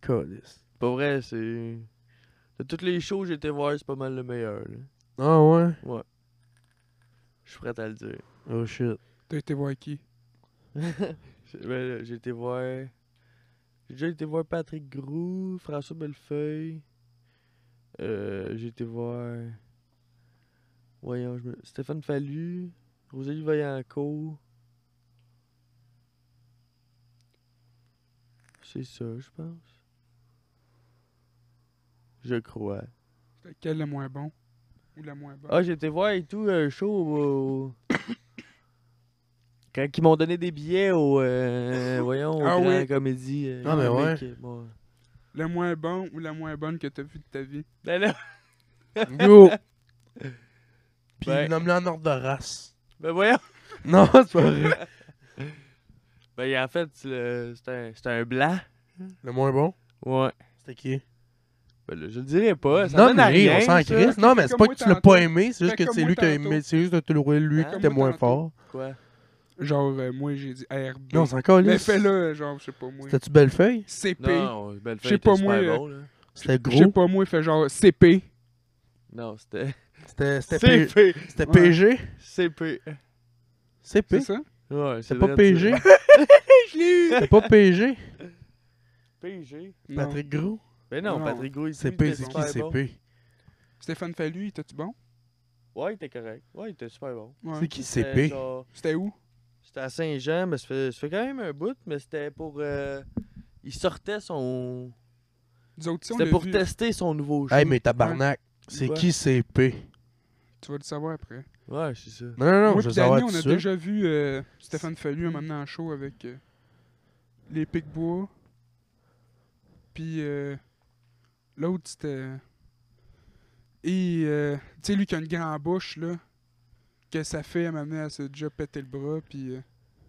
Speaker 2: Calice.
Speaker 3: Pas vrai, c'est. De toutes les shows que j'ai été voir, c'est pas mal le meilleur, là.
Speaker 2: Ah ouais.
Speaker 3: Je suis prêt à le dire.
Speaker 2: Oh shit.
Speaker 1: T'as été voir qui?
Speaker 3: J'ai- ben, là, j'ai été voir. J'ai déjà été voir Patrick Groux, François Bellefeuille. Euh, j'ai été voir. Voyons, je me... Stéphane Fallu, Rosalie Vaillancourt. C'est ça, je pense. Je crois.
Speaker 1: C'était quel le moins bon? Ou le moins bon?
Speaker 3: Ah, j'ai été voir et tout un show au- au- Quand ils m'ont donné des billets au. euh, voyons, au
Speaker 1: Ah
Speaker 3: Grand
Speaker 1: oui.
Speaker 3: Comédie. euh,
Speaker 2: Ah, mais
Speaker 3: Comique, bon.
Speaker 1: Le moins bon ou la moins bonne que t'as vu de ta vie?
Speaker 3: Ben là,
Speaker 2: Go! Puis
Speaker 3: Ouais.
Speaker 2: nomme-le en ordre de race.
Speaker 3: ben voyons.
Speaker 2: Non, c'est pas vrai.
Speaker 3: Ben en fait, c'est le- c'est un, c'est un blanc.
Speaker 2: Le moins bon,
Speaker 3: Ouais.
Speaker 2: c'était qui?
Speaker 3: Ben là, je le dirais pas. Ça
Speaker 2: non,
Speaker 3: donne à
Speaker 2: mais
Speaker 3: rien,
Speaker 2: on s'en
Speaker 3: ça.
Speaker 2: crisse. Non, mais c'est
Speaker 1: comme
Speaker 2: pas que
Speaker 1: moi
Speaker 2: tu l'as
Speaker 1: tantôt.
Speaker 2: pas aimé, c'est juste
Speaker 1: Fais
Speaker 2: que
Speaker 1: comme
Speaker 2: c'est
Speaker 1: moi
Speaker 2: lui qui t'a
Speaker 1: tantôt.
Speaker 2: aimé, c'est juste que tu le roules lui
Speaker 3: Hein?
Speaker 2: qui
Speaker 1: Comme
Speaker 2: était
Speaker 1: moi
Speaker 2: moins fort.
Speaker 1: tantôt.
Speaker 3: Quoi?
Speaker 1: Genre, euh, moi, j'ai dit RB.
Speaker 2: Non, c'est encore
Speaker 1: Mais
Speaker 2: lui.
Speaker 1: fais-le, genre, je sais pas moi.
Speaker 2: C'était-tu Bellefeuille?
Speaker 1: CP.
Speaker 3: Non, ben, belle
Speaker 1: Je sais pas, moi, euh,
Speaker 3: bon, là.
Speaker 2: C'était
Speaker 1: Je sais
Speaker 2: gros.
Speaker 1: pas moi, fait genre CP.
Speaker 3: Non, c'était.
Speaker 2: C'était c'était P-
Speaker 3: CP.
Speaker 2: c'était
Speaker 1: Ouais.
Speaker 2: PG?
Speaker 3: CP.
Speaker 1: C'est
Speaker 2: CP?
Speaker 1: ça?
Speaker 3: Ouais,
Speaker 2: C'était
Speaker 3: vrai,
Speaker 2: pas PG?
Speaker 3: Je l'ai eu.
Speaker 2: C'était pas PG?
Speaker 3: PG.
Speaker 1: Non.
Speaker 2: Patrick Gros?
Speaker 3: Ben non,
Speaker 1: Non.
Speaker 3: Patrick Gros, il
Speaker 2: CP,
Speaker 3: était
Speaker 2: c'est qui
Speaker 3: super bon.
Speaker 2: CP?
Speaker 1: Stéphane Fallu, était-tu bon?
Speaker 3: Ouais, il était correct. Ouais, il était super bon.
Speaker 1: Ouais.
Speaker 2: C'est qui
Speaker 3: C'était
Speaker 2: CP?
Speaker 3: genre-
Speaker 1: C'était où?
Speaker 3: C'était à Saint-Jean, mais ça fait, ça fait quand même un bout, mais c'était pour. euh, il sortait son.
Speaker 1: Nous autres, si on
Speaker 3: C'était
Speaker 1: l'a
Speaker 3: pour
Speaker 1: vu,
Speaker 3: tester son nouveau show.
Speaker 2: Hey, mais tabarnak, c'est
Speaker 3: Ouais.
Speaker 2: qui CP?
Speaker 1: tu vas le savoir après.
Speaker 3: Ouais, c'est ça.
Speaker 2: Non, non, non,
Speaker 1: moi
Speaker 2: je veux
Speaker 1: pis Dany,
Speaker 2: savoir tout
Speaker 1: on a
Speaker 2: ça.
Speaker 1: déjà vu euh, Stéphane Fallu maintenant en show avec euh, les Picbois. Puis euh, l'autre, c'était... Et, euh, tu sais, lui qui a une grande bouche, là, que sa fille, elle m'a amené à se déjà péter le bras, puis...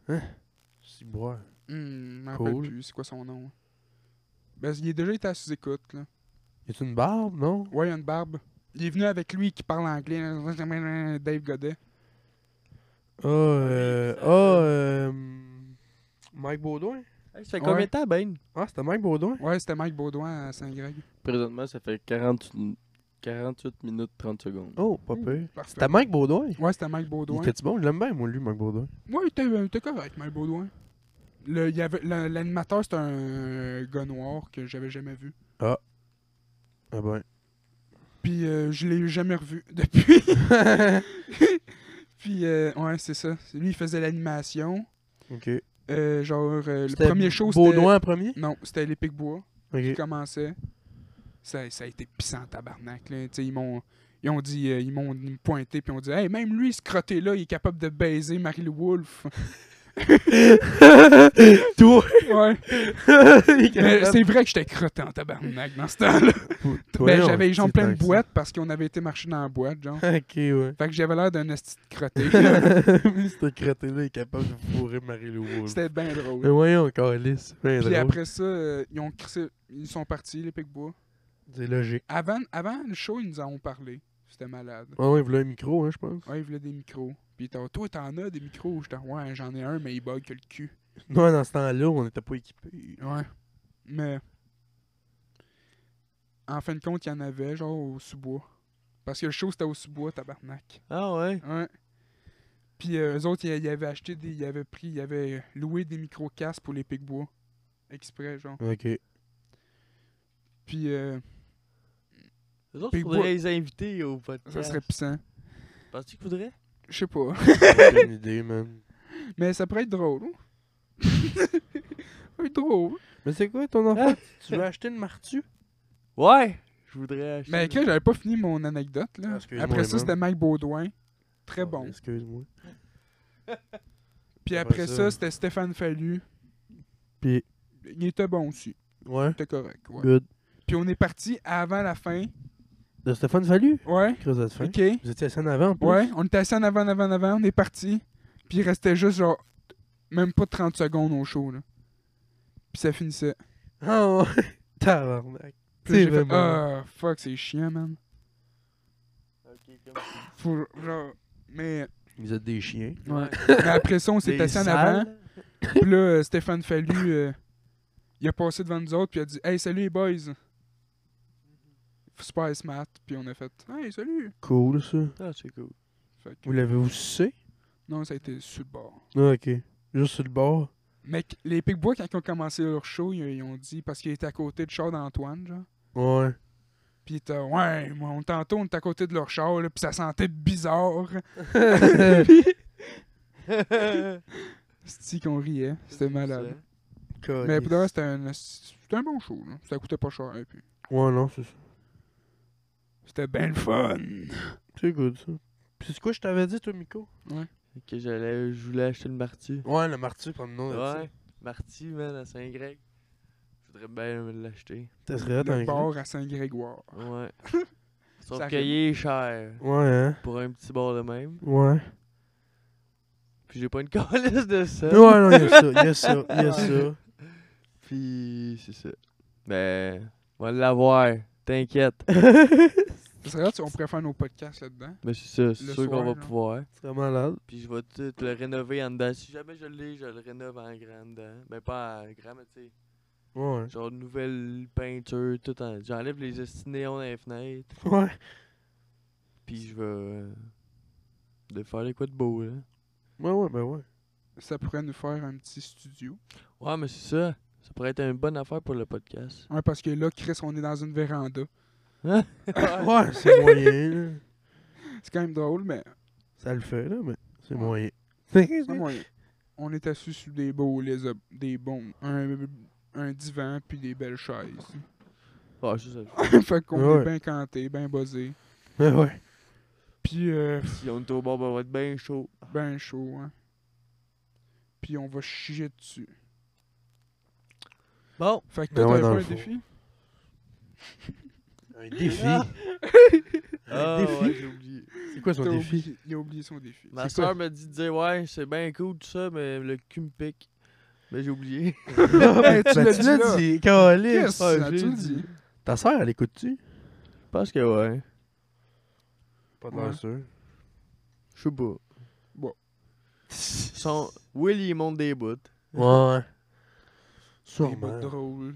Speaker 1: euh,
Speaker 2: C'est boire.
Speaker 1: Hmm, je m'en
Speaker 2: Cool.
Speaker 1: rappelle plus, c'est quoi son nom. hein. Ben, il est déjà été à sous-écoute, là.
Speaker 2: Y a une barbe, non?
Speaker 1: Ouais, il a une barbe. Il est venu avec lui qui parle anglais, là, Dave Godet.
Speaker 2: Ah, euh,
Speaker 3: ça
Speaker 2: ah, euh, Mike Baudouin?
Speaker 3: Hey, ça fait
Speaker 1: Ouais.
Speaker 3: combien de temps, Ben
Speaker 2: Ah, c'était Mike Baudouin?
Speaker 1: Ouais, c'était Mike Baudouin à Saint-Greg.
Speaker 4: Présentement, ça fait 40 48 minutes 30 secondes.
Speaker 2: Oh, pas pire.
Speaker 1: Parfait.
Speaker 2: C'était Mike Baudouin?
Speaker 1: Ouais, c'était Mike
Speaker 2: Il
Speaker 1: Hmm. Baudouin.
Speaker 2: était-tu bon? Je l'aime bien, moi, lui, Mike Baudouin.
Speaker 1: Ouais, il était, euh, il était correct, Mike Baudouin. Le- il y avait- la- L'animateur, c'était un euh, gars noir que j'avais jamais vu.
Speaker 2: Ah ben.
Speaker 1: Puis euh, je l'ai jamais revu depuis. Puis, euh, ouais, c'est ça. Lui, il faisait l'animation.
Speaker 2: Ok.
Speaker 1: Euh, genre, euh, le
Speaker 2: C'était
Speaker 1: premier show, c'était...
Speaker 2: Baudouin en premier?
Speaker 1: Non, c'était les Picbois. qui
Speaker 2: Ok.
Speaker 1: commençait. Ça, ça a été pissant en tabarnak. Là. Tu sais, Ils m'ont ils ont dit euh, ils m'ont pointé puis ont dit Hey, même lui, ce crotté-là, il est capable de baiser Marie-Lou Wolfe.
Speaker 2: Toi!
Speaker 1: Ouais. Mais c'est vrai que j'étais crotté en tabarnak dans ce temps-là. Ben, j'avais les jambes pleines de boîtes parce qu'on avait été marcher dans la boîte, genre.
Speaker 2: Ok, ouais.
Speaker 1: Fait que j'avais l'air d'un esti de crotté.
Speaker 2: Ce crotté-là est capable de fourrer Marie-Lou Wolfe.
Speaker 1: C'était bien
Speaker 2: Mais
Speaker 1: drôle.
Speaker 2: voyons, Carlis. C'est bien
Speaker 1: Puis
Speaker 2: drôle.
Speaker 1: après ça, euh, ils ont crissé- ils sont partis, les Picbois.
Speaker 2: C'est logique.
Speaker 1: Avant, avant le show, ils nous en ont parlé. C'était malade.
Speaker 2: Ah ouais, il voulait un micro, hein, je pense.
Speaker 1: Ouais, il voulait des micros. Puis t'as, toi, t'en as des micros. J'étais, ouais, j'en ai un, mais il bug que le cul.
Speaker 2: Non, dans ce temps-là, on n'était pas équipés.
Speaker 1: Ouais. Mais. En fin de compte, il y en avait, genre, au sous-bois. Parce que le show, c'était au sous-bois, tabarnak.
Speaker 3: Ah ouais?
Speaker 1: Ouais. Puis euh, eux autres, ils ils avaient acheté des. Ils avaient pris. Ils avaient loué des micro-casques pour les Picbois. Exprès, genre.
Speaker 2: Ok.
Speaker 1: Puis euh,
Speaker 3: Les autres,
Speaker 1: Big
Speaker 3: faudrait
Speaker 1: Boy.
Speaker 3: les inviter au podcast.
Speaker 1: ça serait puissant.
Speaker 3: Penses-tu qu'ils voudraient?
Speaker 1: Je sais pas.
Speaker 2: Aucune idée, man.
Speaker 1: Mais ça pourrait être drôle. Hein? Ouais, drôle.
Speaker 2: Mais c'est quoi ton enfant?
Speaker 1: Ah.
Speaker 2: tu veux acheter une martu?
Speaker 3: Ouais! Je voudrais acheter.
Speaker 1: Mais
Speaker 3: une-
Speaker 1: que j'avais pas fini mon anecdote.
Speaker 2: Ah,
Speaker 1: là.
Speaker 2: excuse-moi,
Speaker 1: Après
Speaker 2: les
Speaker 1: ça,
Speaker 2: mains.
Speaker 1: c'était Mike Baudouin. Très
Speaker 2: Oh,
Speaker 1: bon.
Speaker 2: Excuse-moi.
Speaker 1: Puis
Speaker 2: Après
Speaker 1: après ça,
Speaker 2: ça-
Speaker 1: c'était Stéphane Fallu.
Speaker 2: Puis-
Speaker 1: Il était bon aussi.
Speaker 2: Ouais.
Speaker 1: C'était correct. Ouais.
Speaker 2: Good.
Speaker 1: Puis on est parti avant la fin.
Speaker 2: De Stéphane Fallu?
Speaker 1: Ouais.
Speaker 2: Chris de fin.
Speaker 1: Ok.
Speaker 2: Vous étiez assis en avant, en plus?
Speaker 1: Ouais. On était assis en avant, en avant, en avant. On est parti. Puis il restait juste genre. Même pas 30 secondes au show. Là. Puis ça finissait.
Speaker 2: Ah ouais. Tabarnak.
Speaker 1: Puis là,
Speaker 2: C'est
Speaker 1: j'ai fait,
Speaker 2: vraiment-
Speaker 1: ah, fuck, c'est chiant, man. Faut, genre, mais,
Speaker 2: Vous êtes des chiens.
Speaker 1: ouais. mais après ça, on s'est
Speaker 3: Des
Speaker 1: passé en
Speaker 3: salles?
Speaker 1: avant. Puis là, euh, Stéphane Fallu, euh, il a passé devant nous autres, puis il a dit, hey, salut les boys. Super smart. Puis on a fait, hey, salut.
Speaker 2: Cool, ça.
Speaker 3: Ah, c'est cool.
Speaker 1: Fait que-
Speaker 2: Vous l'avez-vous sucé?
Speaker 1: non, ça a été sur le bord.
Speaker 2: Ah, ok. Juste sur le bord.
Speaker 1: Mec, les Picbois, quand ils ont commencé leur show, ils, ils ont dit, parce qu'ils étaient à côté de Charles d'Antoine, genre.
Speaker 2: Ouais.
Speaker 1: Puis t'as, ouais, moi, on tantôt, on était à côté de leur char, là, puis ça sentait bizarre. cest qu'on riait? C'était malade. Mais pour le reste, c'était un, c'était un bon show. Là. Ça coûtait pas cher. et puis
Speaker 2: Ouais, non, c'est ça.
Speaker 1: C'était bien le fun.
Speaker 2: C'est good, ça. Puis c'est quoi je t'avais dit, toi, Miko?
Speaker 3: Que j'allais, je voulais acheter une Marty.
Speaker 2: Ouais, le martyr prend le nom de ça.
Speaker 3: Ouais, Marty, man, à Saint-Greg. Je voudrais bien me l'acheter.
Speaker 2: Ça serait dans
Speaker 1: Le
Speaker 2: le
Speaker 1: bar à Saint-Grégoire.
Speaker 3: Ouais.
Speaker 1: Ça
Speaker 3: Sauf
Speaker 1: rime.
Speaker 3: qu'il est cher
Speaker 2: Ouais, hein?
Speaker 3: pour un petit bar de même.
Speaker 2: Ouais.
Speaker 3: Puis j'ai pas une calice de ça.
Speaker 1: Euh.
Speaker 2: Ouais, non, il y a ça, il y a ça, il y a ça.
Speaker 3: Puis c'est ça. Ben, on va l'avoir. T'inquiète.
Speaker 1: Ça serait si on pourrait faire nos podcasts là-dedans.
Speaker 3: Mais c'est ça, c'est
Speaker 1: Le
Speaker 3: sûr qu'on
Speaker 1: soir,
Speaker 3: va
Speaker 1: là.
Speaker 3: pouvoir.
Speaker 2: C'est malade.
Speaker 3: Puis je vais tout le rénover en dedans. Si jamais je l'ai, je le rénove en grand dedans. Ben, pas en grand, mais tu sais.
Speaker 2: Ouais.
Speaker 3: Genre, nouvelle peinture, tout en. J'enlève les esti néons dans les fenêtres.
Speaker 2: Ouais.
Speaker 3: Puis je vais. euh, de faire les quoi de beau, hein. là.
Speaker 2: Ouais, ouais, ben ouais.
Speaker 1: Ça pourrait nous faire un petit studio.
Speaker 3: Ouais, mais c'est ça. Ça pourrait être une bonne affaire pour le podcast. Hein?
Speaker 1: Ouais, parce que là, Chris, on est dans une véranda.
Speaker 2: Ouais, c'est moyen, là.
Speaker 1: C'est quand même drôle, mais
Speaker 2: Ça le fait, là, mais c'est
Speaker 1: Ouais.
Speaker 2: moyen.
Speaker 1: c'est moyen. On est assis sur des beaux les des bons. Un, un divan, puis des belles chaises.
Speaker 3: Ah, c'est ça.
Speaker 1: fait qu'on est
Speaker 2: Ouais.
Speaker 1: bien canté, bien buzzé.
Speaker 2: Ouais, Ben ouais.
Speaker 1: Puis, euh,
Speaker 3: Si on est au bord, ben, on va être bien chaud.
Speaker 1: ben chaud, hein. Puis on va chier dessus.
Speaker 3: Bon,
Speaker 1: Fait que
Speaker 2: Ben
Speaker 1: toi, t'avais
Speaker 2: ouais, dans
Speaker 1: pas
Speaker 2: le
Speaker 1: un
Speaker 2: fond.
Speaker 1: défi?
Speaker 2: Un défi.
Speaker 3: ah,
Speaker 2: défi.
Speaker 3: ouais, j'ai oublié.
Speaker 2: C'est quoi son
Speaker 1: T'as
Speaker 2: défi?
Speaker 1: oublié- il a oublié son défi.
Speaker 3: Ma
Speaker 2: C'est quoi?
Speaker 3: soeur m'a dit de dire, ouais, c'est bien cool tout ça, mais le cul me pique. Mais j'ai oublié.
Speaker 1: Ben, tu l'as
Speaker 2: Ben, tu
Speaker 1: dit, là.
Speaker 2: l'as dit, Caroline.
Speaker 1: Qu'est-ce
Speaker 3: Ah,
Speaker 1: que
Speaker 3: j'ai
Speaker 1: tu le
Speaker 3: dit.
Speaker 1: dis?
Speaker 2: Ta soeur, elle écoute-tu?
Speaker 3: Je pense que ouais.
Speaker 2: Pas
Speaker 1: de l'air
Speaker 2: sûr.
Speaker 3: Je sais pas.
Speaker 1: Bon.
Speaker 3: Son... Will, il monte des bouts.
Speaker 2: Ouais.
Speaker 1: C'est pas
Speaker 2: Sûrement.
Speaker 1: drôle.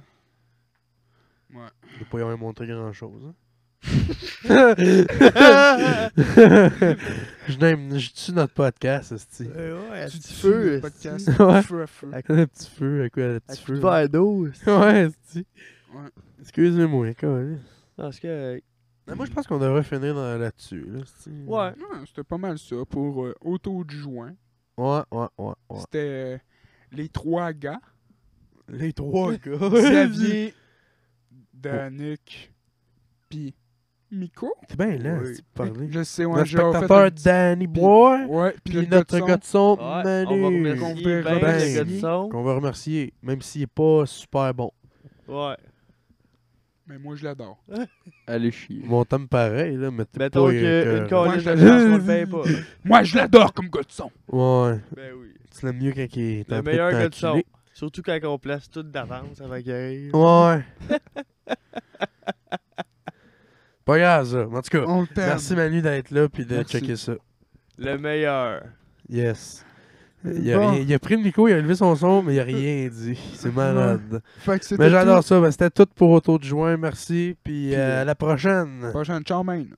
Speaker 1: Ouais.
Speaker 2: Il doit pas y avoir montré grand-chose. hein. je n'aime... Je tue notre podcast, esti.
Speaker 3: ouais,
Speaker 1: Tu te
Speaker 3: feu,
Speaker 1: le
Speaker 3: esti.
Speaker 1: podcast.
Speaker 2: Ouais.
Speaker 1: Tu feu à feu.
Speaker 2: Avec un petit feu, avec un
Speaker 3: Un
Speaker 2: petit
Speaker 3: Hein? petit
Speaker 2: feu.
Speaker 3: verre d'eau. esti.
Speaker 2: Ouais, esti.
Speaker 1: Ouais.
Speaker 2: Excusez-moi, Caroline.
Speaker 3: Non, c'est correct.
Speaker 2: Mais Ben, Moi, je pense qu'on devrait finir dans- là-dessus, là, esti.
Speaker 3: Ouais.
Speaker 1: Ouais, C'était pas mal ça pour euh, Auto du Joint.
Speaker 2: Ouais, ouais, ouais, ouais.
Speaker 1: C'était euh, les trois gars.
Speaker 2: Les trois gars.
Speaker 1: Xavier,
Speaker 2: Oh.
Speaker 1: Danick, puis Miko.
Speaker 2: C'est bien lent,
Speaker 3: Oui.
Speaker 2: esti, de parler.
Speaker 1: Je sais, ouais,
Speaker 2: Notre
Speaker 1: j'ai fait
Speaker 2: spectateur
Speaker 1: un petit-
Speaker 2: Danny Boy.
Speaker 1: Ouais, puis
Speaker 2: Puis
Speaker 1: le gars de
Speaker 2: notre
Speaker 1: son.
Speaker 2: gars de son,
Speaker 3: Ouais, on va
Speaker 2: Manu.
Speaker 1: Qu'on
Speaker 3: remercier
Speaker 1: verra
Speaker 3: ben
Speaker 2: bien.
Speaker 3: le gars de son.
Speaker 2: Qu'on va remercier, même s'il est pas super bon.
Speaker 3: Ouais.
Speaker 1: Mais moi, je l'adore.
Speaker 4: Allez chier.
Speaker 2: Mon thème pareil, là, mais t'es
Speaker 3: Mettons
Speaker 2: pas
Speaker 3: qu'une
Speaker 2: écœurant.
Speaker 1: Moi,
Speaker 3: colline de
Speaker 1: je-
Speaker 3: chance, on le paye pas.
Speaker 1: Moi, je l'adore comme gars de son.
Speaker 2: Ouais,
Speaker 3: Ben oui.
Speaker 2: tu l'aimes mieux quand il est
Speaker 3: Le
Speaker 2: un peu
Speaker 3: meilleur gars de son.
Speaker 2: tranquillé.
Speaker 3: Surtout quand on place tout d'avance avant qu'il arrive.
Speaker 2: Ouais. pas grave, ça. En tout cas,
Speaker 1: On t'aime.
Speaker 2: Euh, merci Manu d'être là puis de
Speaker 1: Merci.
Speaker 2: checker ça.
Speaker 3: Le meilleur.
Speaker 2: Yes. Il a,
Speaker 1: Bon.
Speaker 2: rien- il a pris le micro, il a levé son son, mais il a rien dit. C'est malade.
Speaker 1: Fait que c'était
Speaker 2: mais j'adore
Speaker 1: tout.
Speaker 2: ça. Ben, C'était tout pour Autour de juin. Merci. Puis,
Speaker 1: Puis,
Speaker 2: euh,
Speaker 1: euh,
Speaker 2: à la prochaine.
Speaker 1: Prochaine, ciao, man.